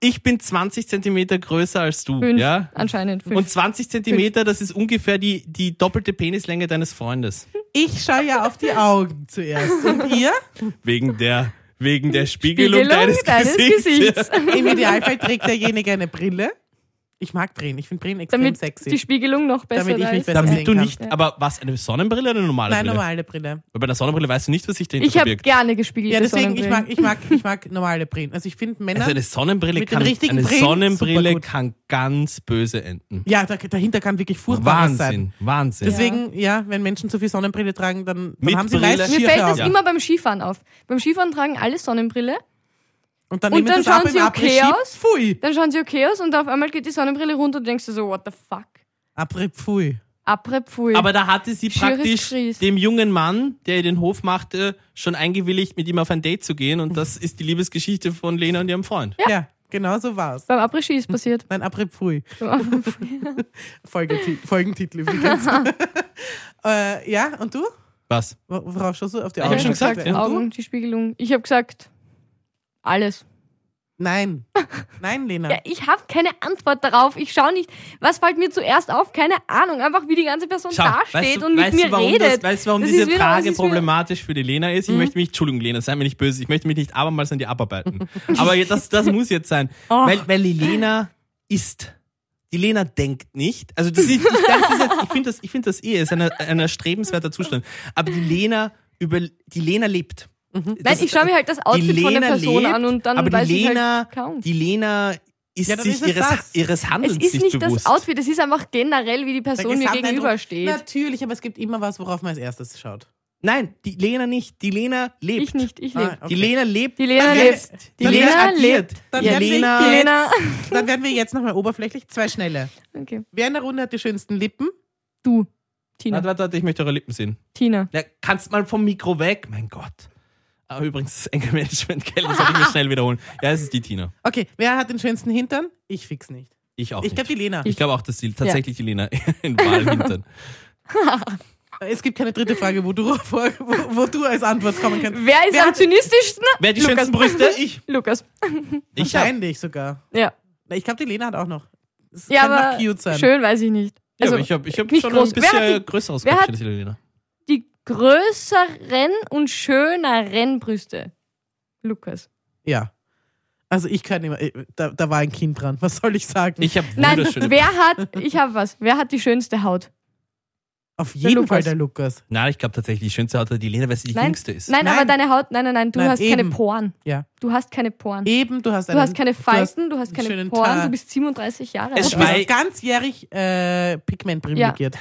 Speaker 3: Ich bin 20 Zentimeter größer als du,
Speaker 2: Fünf,
Speaker 3: ja?
Speaker 2: anscheinend fünf.
Speaker 3: Und 20 Zentimeter, das ist ungefähr die, die doppelte Penislänge deines Freundes.
Speaker 1: ich schaue ja auf die Augen zuerst. Und ihr?
Speaker 3: Wegen der, wegen der Spiegelung,
Speaker 2: Spiegelung
Speaker 3: deines, Gesichts.
Speaker 1: Im Idealfall trägt derjenige eine Brille. Ich mag Brillen. Ich finde Brillen extrem
Speaker 2: Damit
Speaker 1: sexy.
Speaker 2: die Spiegelung noch besser
Speaker 1: Damit ich
Speaker 2: da
Speaker 1: mich
Speaker 2: ist.
Speaker 1: besser
Speaker 3: Damit du
Speaker 1: kann.
Speaker 3: nicht, aber was, eine Sonnenbrille oder eine normale
Speaker 1: Nein,
Speaker 3: Brille?
Speaker 1: normale Brille.
Speaker 3: Weil bei einer Sonnenbrille weißt du nicht, was sich dahinter
Speaker 2: Ich habe
Speaker 3: verbirgt.
Speaker 2: gerne gespiegelt.
Speaker 1: Ja, deswegen, ich mag, ich, mag, ich mag normale Brillen. Also ich finde Männer.
Speaker 3: Also eine Sonnenbrille
Speaker 1: Mit den
Speaker 3: kann,
Speaker 1: richtigen
Speaker 3: eine
Speaker 1: Brillen
Speaker 3: Sonnenbrille
Speaker 1: supergut.
Speaker 3: kann ganz böse enden.
Speaker 1: ja, da, dahinter kann wirklich furchtbar sein.
Speaker 3: Wahnsinn, Wahnsinn.
Speaker 1: Deswegen, ja, wenn Menschen zu viel Sonnenbrille tragen, dann, dann
Speaker 3: Mit
Speaker 1: haben sie
Speaker 3: Brille.
Speaker 1: meist
Speaker 2: Mir
Speaker 1: schiefe
Speaker 2: fällt das
Speaker 1: Augen.
Speaker 3: Ja.
Speaker 2: immer beim Skifahren auf. Beim Skifahren tragen alle Sonnenbrille,
Speaker 1: Und dann
Speaker 2: Und
Speaker 1: nehmen
Speaker 2: dann
Speaker 1: sie das
Speaker 2: schauen
Speaker 1: ab im
Speaker 2: sie okay
Speaker 1: Après-Ski.
Speaker 2: aus.
Speaker 1: Pfui.
Speaker 2: dann schauen sie okay aus und auf einmal geht die Sonnenbrille runter und du denkst dir so, what the fuck?
Speaker 1: Après Pfui.
Speaker 2: Après pfui.
Speaker 3: Aber da hatte sie
Speaker 2: Schieres
Speaker 3: praktisch
Speaker 2: Gries.
Speaker 3: dem jungen Mann, der ihr den Hof machte, schon eingewilligt, mit ihm auf ein Date zu gehen. Und das ist die Liebesgeschichte von Lena und ihrem Freund.
Speaker 1: Ja. genau so war's.
Speaker 2: beim Après-Ski ist passiert.
Speaker 1: Nein, Après Pfui.
Speaker 2: Beim
Speaker 1: Folgeti- Folgentitel übrigens. äh, ja, und du?
Speaker 3: Was?
Speaker 1: Wor- Worauf schaust du? Auf die
Speaker 3: Ich hab
Speaker 1: Augen?
Speaker 3: schon gesagt,
Speaker 1: Und
Speaker 3: ja.
Speaker 1: du?
Speaker 2: Augen, die Spiegelung. Ich habe gesagt, alles.
Speaker 1: Nein. Nein, Lena.
Speaker 2: Ja, ich habe keine Antwort darauf. Ich schaue nicht, was fällt mir zuerst auf? Keine Ahnung. Einfach, wie die ganze Person dasteht
Speaker 3: weißt du,
Speaker 2: und mit
Speaker 3: weißt
Speaker 2: mir
Speaker 3: du, warum
Speaker 2: redet.
Speaker 3: Das, weißt du, warum
Speaker 2: Das
Speaker 3: diese
Speaker 2: ist wieder- das
Speaker 3: Frage
Speaker 2: ist wieder-
Speaker 3: problematisch für die Lena ist? Ich
Speaker 2: Mhm.
Speaker 3: möchte mich, Entschuldigung, Lena, sei mir nicht böse, ich möchte mich nicht abermals an die abarbeiten. Aber jetzt- das, das muss jetzt sein.
Speaker 2: Oh.
Speaker 3: Weil, weil die Lena ist. Die Lena denkt nicht. Also das ist, ich, das ist jetzt, ich finde das, ich finde das eh, ist ein, ein erstrebenswerter Zustand. Aber die Lena über, die Lena lebt.
Speaker 2: Mhm. Nein, ich schaue mir halt das Outfit von der Person an und dann
Speaker 3: aber
Speaker 2: weiß
Speaker 3: die
Speaker 2: ich
Speaker 3: Lena,
Speaker 2: halt kaum.
Speaker 3: die Lena ist
Speaker 1: Ja, dann
Speaker 3: sich
Speaker 1: ist es
Speaker 3: ihres,
Speaker 1: das.
Speaker 3: ihres
Speaker 2: Es
Speaker 3: Handelns
Speaker 2: ist
Speaker 3: nicht,
Speaker 2: nicht
Speaker 3: bewusst.
Speaker 2: das Outfit, es ist einfach generell, wie die
Speaker 1: Der
Speaker 2: Person mir
Speaker 1: Gesamteindruck-
Speaker 2: gegenübersteht.
Speaker 1: Natürlich, aber es gibt immer was, worauf man als erstes schaut.
Speaker 3: Nein, die Lena nicht. Die Lena lebt.
Speaker 2: Ich nicht, ich lebe.
Speaker 1: Ah, okay.
Speaker 3: Die Lena lebt.
Speaker 2: Die Lena
Speaker 3: Dann
Speaker 2: lebt.
Speaker 3: jetzt.
Speaker 2: Die
Speaker 3: Die Lena,
Speaker 2: Lena
Speaker 3: agiert.
Speaker 2: lebt.
Speaker 1: Dann
Speaker 3: Die
Speaker 1: hat sie-
Speaker 3: Lena,
Speaker 2: Die Lena.
Speaker 1: Dann werden wir jetzt nochmal oberflächlich. Zwei schnelle.
Speaker 2: Okay.
Speaker 1: Wer in der Runde hat die schönsten Lippen?
Speaker 2: Du. Tina.
Speaker 3: Warte, warte, warte, ich möchte eure Lippen sehen.
Speaker 2: Tina.
Speaker 3: Na, kannst mal vom Mikro weg? Mein Gott. Aber Ah, übrigens, das enge Management, gell, das soll ich mir schnell wiederholen. Ja, es ist die Tina.
Speaker 1: Okay, wer hat den schönsten Hintern? Ich fix nicht.
Speaker 3: Ich auch.
Speaker 1: ich glaube,
Speaker 3: nicht.
Speaker 1: die Lena.
Speaker 3: ich glaube auch, dass die, tatsächlich die Lena in Wahlhintern.
Speaker 1: Es gibt keine dritte Frage, wo du, wo, wo, wo du als Antwort kommen kannst.
Speaker 2: Wer ist
Speaker 1: Wer
Speaker 2: am
Speaker 1: hat-
Speaker 2: zynischsten?
Speaker 3: Wer hat die
Speaker 2: Lukas.
Speaker 3: schönsten Brüste? Ich.
Speaker 2: Lukas.
Speaker 3: Ich hab.
Speaker 1: Wahrscheinlich sogar.
Speaker 2: Ja.
Speaker 1: Na, Ich glaube, die Lena hat auch noch. Es
Speaker 2: Ja,
Speaker 1: kann
Speaker 2: aber
Speaker 1: noch cute sein.
Speaker 2: Schön weiß ich nicht.
Speaker 3: Ja,
Speaker 2: Also
Speaker 3: aber ich habe ich hab
Speaker 2: nicht
Speaker 3: schon
Speaker 2: groß.
Speaker 3: ein
Speaker 2: Wer hat
Speaker 3: bisschen
Speaker 2: die-
Speaker 3: größeres
Speaker 2: wer hat-
Speaker 3: Köpfchen als die Lena.
Speaker 2: die größeren und schöneren Brüste. Lukas.
Speaker 1: Ja. Also ich kann immer, da, da war ein Kind dran. Was soll ich sagen?
Speaker 3: Ich habe
Speaker 2: Hm. Nein,
Speaker 3: wunderschöne
Speaker 2: wer hat, ich habe was, wer hat die schönste Haut?
Speaker 1: Auf jeden
Speaker 2: Lukas.
Speaker 1: Fall der Lukas.
Speaker 3: Nein, ich glaube tatsächlich, die schönste Haut hat die Lena, weil sie die
Speaker 2: Nein.
Speaker 3: jüngste ist.
Speaker 2: Nein,
Speaker 1: Nein.
Speaker 2: aber deine Haut, nein, nein, nein, du
Speaker 1: Nein,
Speaker 2: hast keine
Speaker 1: eben.
Speaker 2: Poren.
Speaker 1: Ja.
Speaker 2: Du hast keine Poren.
Speaker 1: Eben, du hast einen,
Speaker 2: du hast keine Falten, du hast, keine
Speaker 1: schönen
Speaker 2: Poren,
Speaker 1: Teint.
Speaker 2: du bist 37 Jahre
Speaker 3: Es
Speaker 1: Du
Speaker 2: alt.
Speaker 3: schmeckt- Schwei-
Speaker 1: bist ganzjährig äh, Pigment privilegiert.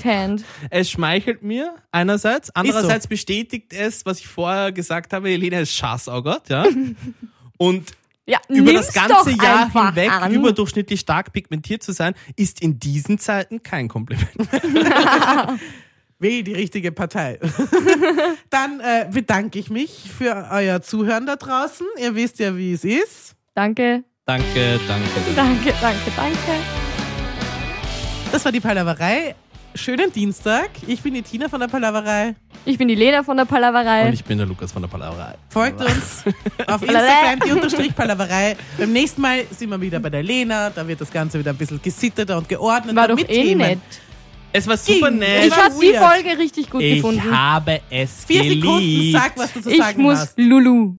Speaker 2: Tanned.
Speaker 3: Es schmeichelt mir einerseits, andererseits bestätigt es, was ich vorher gesagt habe, Elena ist Schaßaugert, ja. Und
Speaker 2: Ja,
Speaker 3: über
Speaker 2: nimm's
Speaker 3: das ganze
Speaker 2: doch
Speaker 3: Jahr
Speaker 2: einfach
Speaker 3: hinweg
Speaker 2: an.
Speaker 3: überdurchschnittlich stark pigmentiert zu sein, ist in diesen Zeiten kein Kompliment.
Speaker 1: Wähl die richtige Partei. Dann äh, bedanke ich mich für euer Zuhören da draußen. Ihr wisst ja, wie es ist.
Speaker 2: Danke,
Speaker 3: Danke, danke.
Speaker 2: danke, danke, danke.
Speaker 1: Das war die Palaverei. Schönen Dienstag. Ich bin die Tina von der Palaverei.
Speaker 2: Ich bin die Lena von der Palaverei.
Speaker 3: Und ich bin der Lukas von der Palavra.
Speaker 1: Folgt uns auf Instagram, die unterstrich Palaverei. Beim nächsten Mal sind wir wieder bei der Lena. Da wird das Ganze wieder ein bisschen gesitteter und geordneter.
Speaker 2: war doch
Speaker 1: mit
Speaker 2: eh
Speaker 1: Themen.
Speaker 2: nett.
Speaker 3: Es war super
Speaker 1: Ging.
Speaker 3: nett.
Speaker 1: Es
Speaker 2: Ich
Speaker 1: war
Speaker 2: habe die
Speaker 1: weird.
Speaker 2: Folge richtig gut
Speaker 3: Ich
Speaker 2: gefunden.
Speaker 3: habe es
Speaker 1: Vier
Speaker 3: geliebt.
Speaker 1: Sekunden, sag, was du zu
Speaker 2: Ich
Speaker 1: sagen
Speaker 2: muss
Speaker 1: hast.
Speaker 2: Lulu.